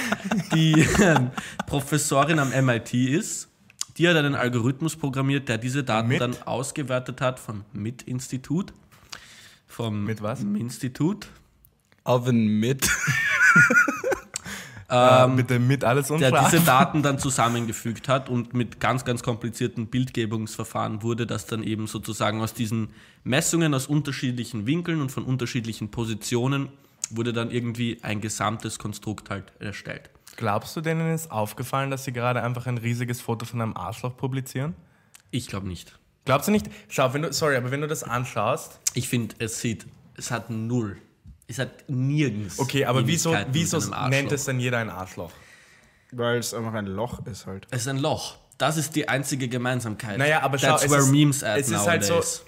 S2: die ähm, Professorin am MIT ist. Die hat einen Algorithmus programmiert, der diese Daten
S3: Mit?
S2: dann ausgewertet hat vom MIT-Institut. Vom
S3: Mit was?
S2: Institut.
S1: Oven mit. [laughs]
S3: äh, bitte mit alles und
S2: Ähm, der diese
S3: Fragen.
S2: Daten dann zusammengefügt hat und mit ganz, ganz komplizierten Bildgebungsverfahren wurde das dann eben sozusagen aus diesen Messungen aus unterschiedlichen Winkeln und von unterschiedlichen Positionen wurde dann irgendwie ein gesamtes Konstrukt halt erstellt.
S3: Glaubst du, denen ist aufgefallen, dass sie gerade einfach ein riesiges Foto von einem Arschloch publizieren?
S2: Ich glaube nicht.
S3: Glaubst du nicht? Schau, wenn du, sorry, aber wenn du das anschaust.
S2: Ich finde, es sieht, es hat null. Es hat nirgends.
S3: Okay, aber wieso,
S2: Ähnlichkeiten mit
S3: wieso
S2: einem Arschloch.
S3: nennt es dann jeder ein Arschloch?
S1: Weil es einfach ein Loch ist halt.
S2: Es ist ein Loch. Das ist die einzige Gemeinsamkeit.
S3: Naja, aber schau,
S2: That's
S3: es
S2: where
S3: ist-
S2: memes at
S3: es ist halt so-
S2: nowadays.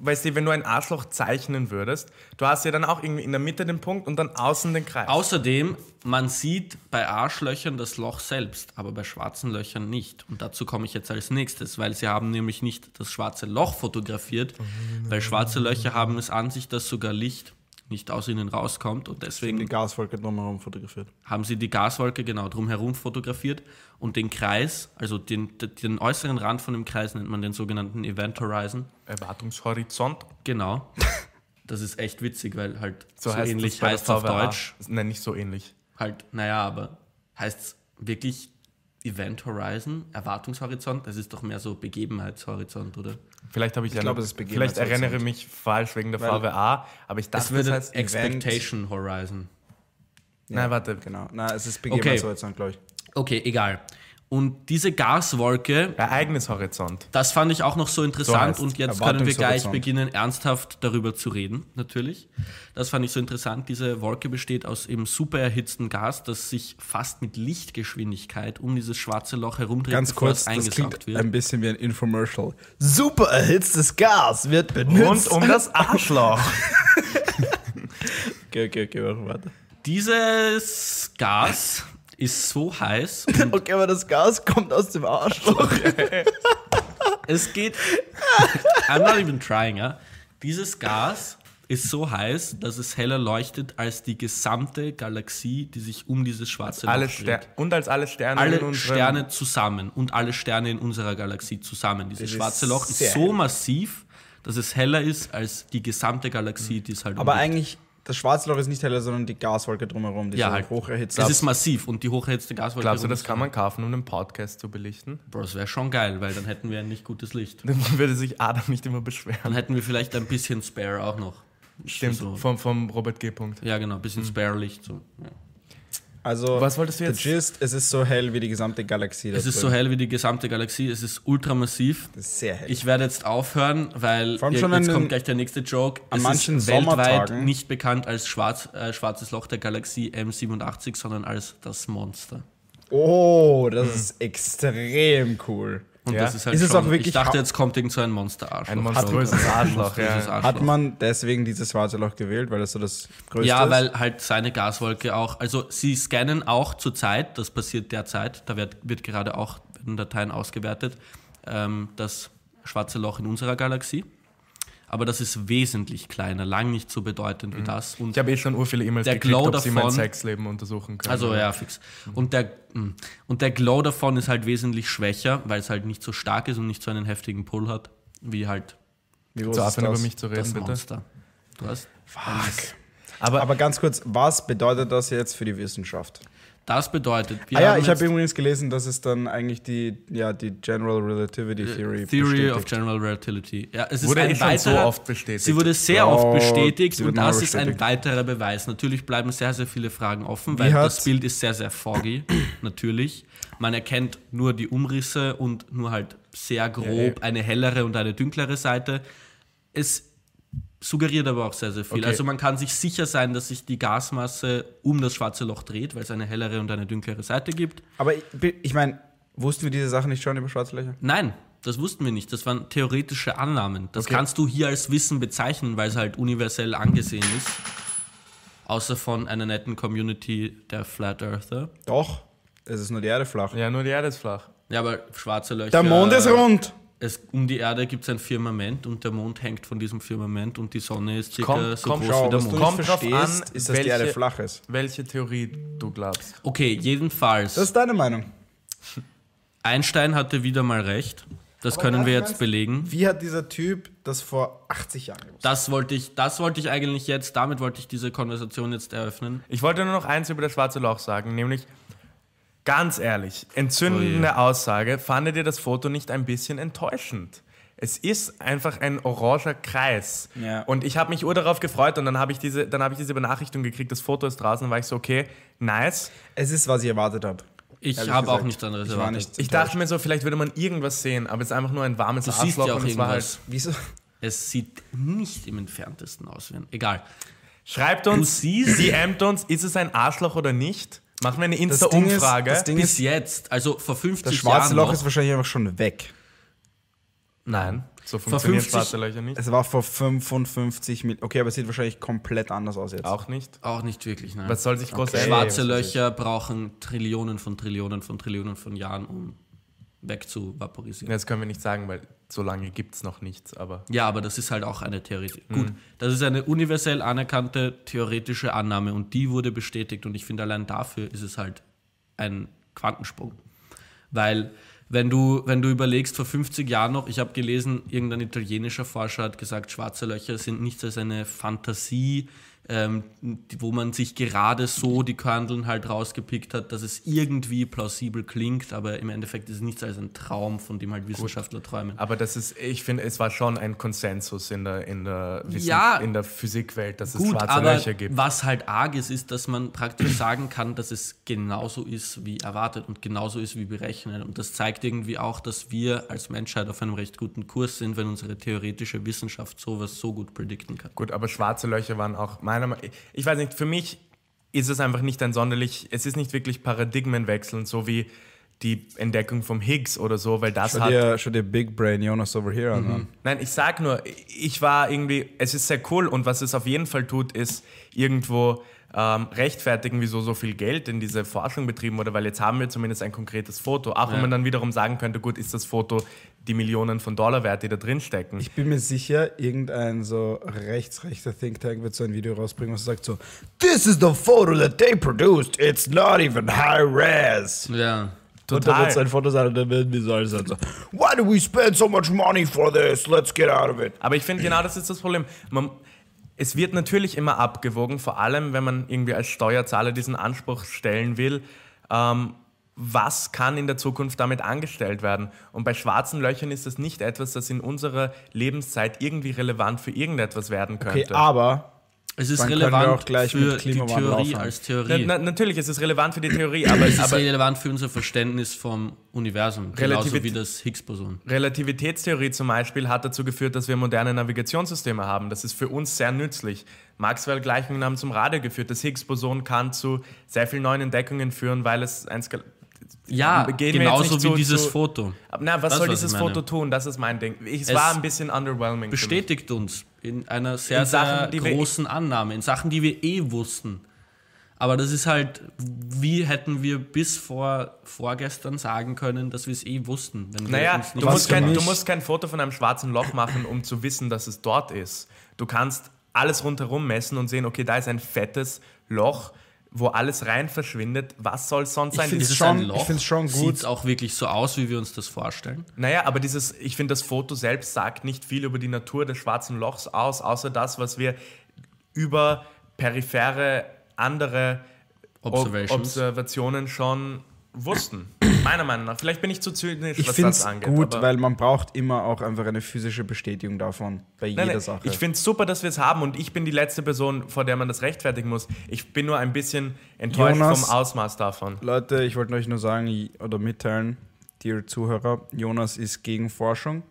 S3: Weißt du, wenn du ein Arschloch zeichnen würdest, du hast ja dann auch irgendwie in der Mitte den Punkt und dann außen den Kreis.
S2: Außerdem, man sieht bei Arschlöchern das Loch selbst, aber bei schwarzen Löchern nicht. Und dazu komme ich jetzt als nächstes, weil sie haben nämlich nicht das schwarze Loch fotografiert, weil schwarze Löcher haben es an sich, dass sogar Licht nicht aus ihnen rauskommt und
S1: Die
S2: deswegen
S1: Gaswolke drumherum fotografiert.
S2: haben sie die Gaswolke genau drumherum fotografiert und den Kreis, also den, den äußeren Rand von dem Kreis nennt man den sogenannten Event Horizon.
S3: Erwartungshorizont. [laughs]
S2: Genau. Das ist echt witzig, weil halt so,
S3: So, heißt
S2: ähnlich
S3: es bei der
S2: heißt es auf
S3: VWA.
S2: Deutsch.
S3: Nein, nicht so ähnlich.
S2: halt, naja, aber heißt es wirklich Event Horizon, Erwartungshorizont? Das ist doch mehr so Begebenheitshorizont, oder?
S3: Vielleicht habe ich, ich
S1: glaube, es ist
S3: Vielleicht
S1: Begebenheitshorizont.
S3: erinnere mich falsch wegen der
S1: Weil-
S3: VWA, aber ich dachte,
S2: Das würde
S3: das heißt
S2: Expectation Horizon.
S3: Nein, warte.
S1: Genau. Na, es ist Begebenheitshorizont, glaube ich.
S2: Okay, egal. Und diese Gaswolke,
S3: Ereignishorizont.
S2: das fand ich auch noch so interessant
S3: heißt's.
S2: und jetzt können wir gleich
S1: Erwartungshorizont.
S2: beginnen, ernsthaft darüber zu reden, natürlich. Das fand ich so interessant. Diese Wolke besteht aus eben super erhitztem Gas, das sich fast mit Lichtgeschwindigkeit um dieses schwarze Loch herumdreht,
S1: Ganz kurz, das
S2: eingesaugt
S1: klingt
S2: wird.
S1: ein bisschen wie ein Infomercial. Super erhitztes Gas wird
S3: Rund
S1: benutzt.
S3: um das Arschloch.
S2: [laughs]
S1: Okay, okay, okay, warte, warte.
S2: Dieses Gas ist so heiß und
S1: Okay, aber das Gas kommt aus dem Arschloch.
S2: es
S3: [laughs]
S2: geht. I'm not even trying, ja. Dieses Gas ist so heiß, dass es heller leuchtet als die gesamte Galaxie, die sich um dieses schwarze Loch
S3: alle
S2: dreht.
S3: Ster und als alle Sterne in
S2: alle
S3: unserem-
S2: Sterne zusammen und alle Sterne in unserer Galaxie zusammen. Dieses
S1: ist
S2: schwarze Loch
S1: sehr
S2: ist so massiv, dass es heller ist als die gesamte Galaxie, die es halt
S1: Aber
S2: umgibt.
S1: eigentlich, das schwarze Loch ist nicht heller, sondern die Gaswolke drumherum, die
S2: ja,
S1: so
S2: halt.
S1: hoch erhitzt
S2: Es ist massiv und die hocherhitzte Gaswolke.
S3: Glaubst du, das
S2: ist-
S3: kann man kaufen, um den Podcast zu belichten? [laughs]
S2: Bro, das wäre schon geil, weil dann hätten wir ein nicht gutes Licht.
S3: Dann würde sich Adam nicht immer
S2: Dann
S3: beschweren.
S2: hätten wir vielleicht ein bisschen Spare auch noch.
S3: Stimmt,
S2: So.
S3: vom, vom Robert G. Punkt.
S2: Ja, genau, ein bisschen
S1: Hm.
S2: Spare-Licht. So. Ja.
S1: Also,
S3: Was wolltest du jetzt?
S1: The Gist, es ist so hell wie die gesamte Galaxie.
S2: Es ist so hell wie die gesamte Galaxie, es ist ultramassiv.
S1: Das ist sehr hell.
S2: Ich werde jetzt aufhören, weil
S1: Vor allem
S2: ihr-
S1: schon an
S2: jetzt
S1: den-
S2: kommt gleich der nächste Joke.
S1: an
S2: es
S1: manchen
S2: ist weltweit
S1: Sommertagen-
S2: nicht bekannt als Schwarz, äh, schwarzes Loch der Galaxie M87, sondern als das Monster.
S1: oh,
S2: Mhm.
S1: das ist extrem cool.
S2: Und
S3: Ja.
S2: das ist halt
S1: Ist es
S2: schon,
S1: auch wirklich
S2: ich dachte,
S1: hau-
S2: jetzt kommt irgend so ein Monster-Arschloch.
S3: Ein monströses Arschloch.
S2: Monströses
S3: Ja.
S1: Hat
S2: Arschloch.
S1: man deswegen dieses schwarze Loch gewählt, weil das so das größte
S2: Ja,
S1: ist?
S2: weil halt seine Gaswolke auch, also sie scannen auch zur Zeit, das passiert derzeit, da wird, wird gerade auch in Dateien ausgewertet, ähm, das schwarze Loch in unserer Galaxie. Aber das ist wesentlich kleiner, lang nicht so bedeutend
S1: Mhm.
S2: wie das. Und
S3: Ich habe eh schon ur viele E-Mails
S2: Der
S3: gekriegt,
S2: Glow
S3: ob sie mein
S2: davon-
S3: Sexleben untersuchen können.
S2: also ja, fix. Und der, mm. und der Glow davon ist halt wesentlich schwächer, weil es halt nicht so stark ist und nicht so einen heftigen Pull hat, wie halt
S1: Wie groß
S3: Zu
S1: ist
S3: aufhören, über
S1: das?
S3: mich zu
S2: das
S3: reden, bitte.
S2: Monster. Du hast
S1: Fuck. Aber ganz kurz, was bedeutet das jetzt für die Wissenschaft?
S2: Das bedeutet, wir
S1: Ah ja,
S2: haben
S1: ich habe
S2: jetzt
S1: übrigens gelesen, dass es dann eigentlich die, ja die General Relativity Theory
S2: Äh, Theory of
S1: bestätigt.
S2: General Relativity. Ja, es ist
S3: Wurde
S2: ein
S3: eh schon so
S2: weiterer-
S3: oft bestätigt.
S2: Sie wurde sehr
S1: Oh,
S2: oft bestätigt
S1: sie
S2: und
S1: wird mal
S2: das ist ein
S1: bestätigt.
S2: weiterer Beweis. Natürlich bleiben sehr, sehr viele Fragen offen,
S1: Wie
S2: weil
S1: hat-
S2: das Bild ist sehr, sehr foggy, natürlich. Man erkennt nur die Umrisse und nur halt sehr grob eine hellere und eine dünklere Seite. Es suggeriert aber auch sehr, sehr viel. Also man kann sich sicher sein, dass sich die Gasmasse um das schwarze Loch dreht, weil es eine hellere und eine dünklere Seite gibt.
S1: Aber ich, ich meine, wussten wir diese Sachen nicht schon über schwarze Löcher?
S2: Nein, das wussten wir nicht. Das waren theoretische Annahmen. Das
S3: Okay.
S2: kannst du hier als Wissen bezeichnen, weil es halt universell angesehen ist. Außer von einer netten Community der Flat Earther.
S1: Doch, es ist nur die Erde flach.
S3: Ja, nur die Erde ist flach.
S2: Ja, aber schwarze Löcher.
S1: Der Mond ist rund.
S2: Es, um die Erde gibt es ein Firmament und der Mond hängt von diesem Firmament und die Sonne ist circa
S3: Komm,
S2: so
S3: komm,
S2: groß
S3: schau,
S2: wie der
S3: was
S2: Mond.
S3: du- Kommt drauf an,
S1: ist, dass die Erde
S3: welche-
S1: flach ist.
S3: Welche Theorie du glaubst?
S2: Okay, jedenfalls.
S1: Das ist deine Meinung.
S2: Einstein hatte wieder mal recht. Das können wir jetzt belegen.
S1: Wie hat dieser Typ das vor 80 Jahren gewusst?
S2: Das wollte ich, das wollte ich eigentlich jetzt, damit wollte ich diese Konversation jetzt eröffnen.
S3: Ich wollte nur noch eins über das schwarze Loch sagen, nämlich ganz ehrlich, entzündende Aussage, fandet ihr das Foto nicht ein bisschen enttäuschend? Es ist einfach ein oranger Kreis.
S1: Ja.
S3: Und ich habe mich ur darauf gefreut und dann habe ich, diese- dann habe ich diese Benachrichtigung gekriegt, das Foto ist draußen, dann war ich so, okay, nice.
S1: Es ist, was ich erwartet habe.
S2: Ich
S1: Ehrlich
S2: habe auch
S1: gesagt.
S2: nichts anderes
S1: Ich war
S2: erwartet.
S1: nicht
S3: Ich dachte mir so, vielleicht würde man irgendwas sehen, aber es ist einfach nur ein warmes
S2: Du siehst
S3: Arschloch
S2: ja auch
S3: und es war
S2: irgendwas.
S3: halt.
S1: Wieso?
S2: Es sieht nicht im entferntesten aus. wie ein- Egal.
S3: Schreibt uns, DMt uns, ist es ein Arschloch oder nicht? Machen wir eine
S1: Das Ding ist-
S3: Insta-Umfrage.
S1: das Ding
S2: Bis jetzt, also vor 50
S1: Das schwarze
S2: Jahren.
S1: Loch
S2: noch-
S1: ist wahrscheinlich einfach schon weg.
S3: Nein, so
S2: Vor
S3: funktionieren
S2: 50
S3: schwarze Löcher nicht.
S1: Es war vor 55 Millionen. Okay, aber es sieht wahrscheinlich komplett anders aus jetzt.
S3: Auch nicht.
S2: auch nicht wirklich, nein.
S3: Was soll sich groß ändern?
S2: Schwarze
S1: was weiß
S2: Löcher brauchen Trillionen von Trillionen von Trillionen von Jahren, um wegzuvaporisieren.
S3: Das können wir nicht sagen, weil so lange gibt es noch nichts, aber.
S2: Ja, aber das ist halt auch eine Theorie. Gut, das ist eine universell anerkannte theoretische Annahme und die wurde bestätigt und ich finde allein dafür ist es halt ein Quantensprung. Weil wenn du, wenn du überlegst, vor 50 Jahren noch, ich habe gelesen, irgendein italienischer Forscher hat gesagt, schwarze Löcher sind nichts als eine Fantasie, ähm, die- wo man sich gerade so die Kandeln halt rausgepickt hat, dass es irgendwie plausibel klingt, aber im Endeffekt ist es nichts als ein Traum, von dem halt Wissenschaftler träumen.
S3: Aber das ist, ich finde, es war schon ein Konsensus in der, in der, Wissen-
S2: Ja.
S3: in der Physikwelt, dass es
S2: Gut,
S3: schwarze
S2: aber
S3: Löcher gibt.
S2: was halt arg ist, ist, dass man praktisch sagen kann, dass es genauso ist wie erwartet und genauso ist wie berechnet. Und das zeigt irgendwie auch, dass wir als Menschheit auf einem recht guten Kurs sind, wenn unsere theoretische Wissenschaft sowas so gut predikten kann.
S3: Gut, aber schwarze Löcher waren auch meiner Meinung Ich weiß nicht, für mich ist es einfach nicht ein sonderlich, es ist nicht wirklich Paradigmenwechseln, so wie die Entdeckung vom Higgs oder so, weil das
S1: Schau
S3: hat
S1: dir, schau dir Big Brain Jonas over here an.
S3: Nein, ich sag nur, ich war irgendwie, es ist sehr cool und was es auf jeden Fall tut, ist irgendwo ähm, rechtfertigen, wieso so viel Geld in diese Forschung betrieben wurde, weil jetzt haben wir zumindest ein konkretes Foto. Auch wenn man dann wiederum sagen könnte, gut, ist das Foto die Millionen von Dollar wert, die da drin stecken.
S1: Ich bin mir sicher, irgendein so rechtsrechter Think Tank wird so ein Video rausbringen, was sagt so: This is the photo that they produced. It's not even high res.
S2: Ja.
S1: Und da
S3: Total.
S1: wird es ein Foto sein und dann werden die Leute sagen so: Why do we spend so much money for this? Let's get out of it.
S3: Aber ich finde, genau das ist das Problem. Man, es wird natürlich immer abgewogen, vor allem wenn man irgendwie als Steuerzahler diesen Anspruch stellen will, ähm, was kann in der Zukunft damit angestellt werden. Und bei schwarzen Löchern ist das nicht etwas, das in unserer Lebenszeit irgendwie relevant für irgendetwas werden
S1: Okay,
S3: könnte.
S1: aber
S2: Es ist
S1: Dann können wir
S2: relevant
S1: auch gleich
S2: für
S1: mit
S2: die
S1: Klimawandel
S2: Theorie
S1: aufhören.
S2: als Theorie.
S3: na, na, natürlich, es ist relevant für die Theorie, aber,
S2: es ist
S3: aber
S2: relevant für unser Verständnis vom Universum, genauso
S3: Relativit-
S2: wie das Higgs-Boson.
S3: Relativitätstheorie zum Beispiel hat dazu geführt, dass wir moderne Navigationssysteme haben. Das ist für uns sehr nützlich. Maxwell-Gleichungen haben zum Radio geführt. Das Higgs-Boson kann zu sehr vielen neuen Entdeckungen führen, weil es ein Skal
S2: Ja,
S3: Gehen wir jetzt
S2: genauso
S3: nicht
S2: wie
S3: zu-
S2: dieses
S3: zu-
S2: Foto.
S3: Aber Na, was
S2: Das,
S3: soll
S2: was
S3: dieses
S2: ich meine.
S3: Foto tun? Das ist mein Ding. Ich, es,
S2: Es
S3: war ein bisschen underwhelming. für mich.
S2: bestätigt uns in einer sehr,
S3: In
S2: sehr
S3: Sachen, die wir-
S2: großen Annahme, in Sachen, die wir eh wussten. Aber das ist halt, wie hätten wir bis vor vorgestern sagen können, dass wir es eh wussten, wenn wir
S3: Naja,
S2: uns nicht
S3: du musst,
S1: für
S3: kein, du
S1: mich-
S3: musst kein Foto von einem schwarzen Loch machen, um zu wissen, dass es dort ist. Du kannst alles rundherum messen und sehen, okay, da ist ein fettes Loch, wo alles rein verschwindet. Was soll es sonst sein?
S1: find's
S3: Dieses-
S1: schon- ich find's schon gut.
S2: Sieht es auch wirklich so aus, wie wir uns das vorstellen?
S3: Naja, aber dieses, ich finde, das Foto selbst sagt nicht viel über die Natur des schwarzen Lochs aus, außer das, was wir über periphere andere Ob
S2: Observations.
S3: Observationen schon wussten. Meiner Meinung nach. Vielleicht bin ich zu zynisch,
S1: Ich
S3: was
S1: finde
S3: das
S1: es
S3: angeht.
S1: gut,
S3: aber-
S1: weil man braucht immer auch einfach eine physische Bestätigung davon bei
S3: Nein,
S1: jeder
S3: nein,
S1: Sache.
S3: Ich finde es super, dass wir es haben und ich bin die letzte Person, vor der man das rechtfertigen muss. Ich bin nur ein bisschen enttäuscht
S1: Jonas-
S3: vom Ausmaß davon.
S1: Leute, ich wollte euch nur sagen oder mitteilen, dear Zuhörer, Jonas ist gegen Forschung.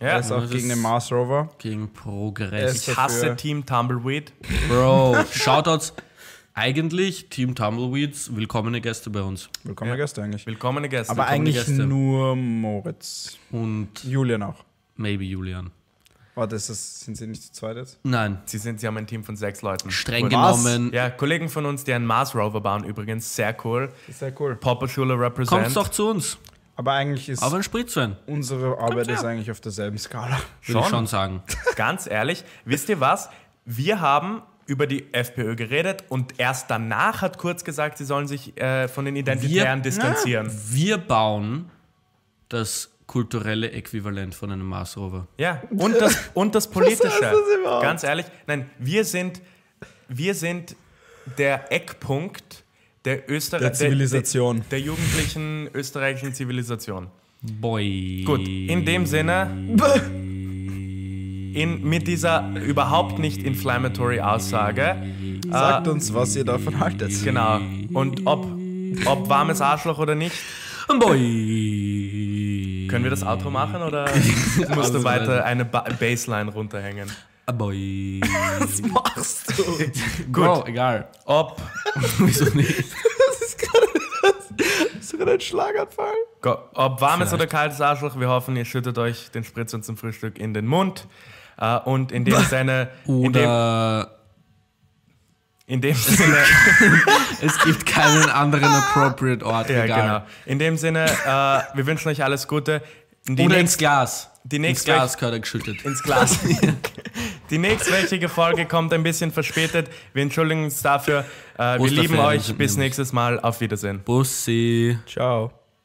S3: Ja,
S1: Er ist auch
S2: das
S1: gegen
S2: ist-
S1: den Mars Rover.
S2: Gegen
S1: Es-
S2: Progress.
S3: ich hasse
S1: dafür.
S3: Team Tumbleweed.
S2: Bro, Shoutouts. Eigentlich Team Tumbleweeds, willkommene Gäste bei uns.
S1: Willkommen Gäste eigentlich.
S3: Willkommene Gäste.
S1: Aber eigentlich
S2: Gäste.
S1: nur Moritz.
S2: Und
S1: Julian auch.
S2: maybe Julian.
S1: Warte, ist das, sind sie nicht zu zweit jetzt?
S2: Nein,
S3: Sie sind, sie haben ein Team von sechs Leuten.
S2: streng
S3: Cool.
S2: genommen.
S3: Ja, Kollegen von uns, die einen Mars Rover bauen, übrigens, sehr cool.
S1: Das ist sehr cool.
S3: Popperschule represent.
S2: Kommst doch zu uns.
S1: Aber eigentlich ist
S2: Auf einen Spritzwein,
S1: unsere Arbeit
S2: her.
S1: ist eigentlich auf derselben Skala.
S2: würde ich
S3: Schon.
S2: schon sagen.
S3: Ganz ehrlich, wisst ihr was? Wir haben über die FPÖ geredet und erst danach hat Kurz gesagt, sie sollen sich äh, von den Identitären
S2: Wir-
S3: distanzieren.
S2: Wir bauen das kulturelle Äquivalent von einem Mars Rover.
S3: Ja, und das, und das Politische. Ganz ehrlich, nein, wir sind, wir sind der Eckpunkt der, Öster
S1: Der Zivilisation.
S3: Der, der jugendlichen österreichischen Zivilisation.
S2: Boy.
S3: Gut, in dem Sinne, in, mit dieser überhaupt nicht inflammatory Aussage, äh,
S1: Sagt uns, was ihr davon haltet.
S3: genau, und ob, ob warmes Arschloch oder nicht,
S2: Boy.
S3: können wir das Outro machen
S2: [laughs]
S3: oder musst du
S2: Also,
S3: weiter eine ba Baseline runterhängen?
S2: Boy.
S5: Machst
S2: [laughs]
S5: du?
S2: Bro, egal.
S3: Ob,
S2: Wieso nicht?
S5: Hast du gerade einen Schlaganfall?
S3: go- ob warmes oder kaltes Arschloch, wir hoffen, ihr schüttet euch den Spritzer zum Frühstück in den Mund. Äh, und in dem Sinne, in dem,
S2: Oder
S3: in dem
S2: [laughs]
S3: Sinne,
S2: es gibt keinen
S3: [laughs]
S2: anderen appropriate Ort.
S3: ja,
S2: egal.
S3: genau. In dem Sinne, äh, wir wünschen euch alles Gute. Die
S2: Oder
S3: nächste-
S2: ins Glas.
S3: die
S2: ins
S3: nächste-
S2: Glas gehört er geschüttet.
S3: ins [laughs] Glas. Die nächstwöchige Folge kommt ein bisschen verspätet. Wir entschuldigen uns dafür. Äh, wir
S2: Osterferien
S3: lieben euch.
S2: sind
S3: Bis
S2: nämlich.
S3: nächstes Mal. Auf Wiedersehen.
S2: Bussi.
S1: Ciao.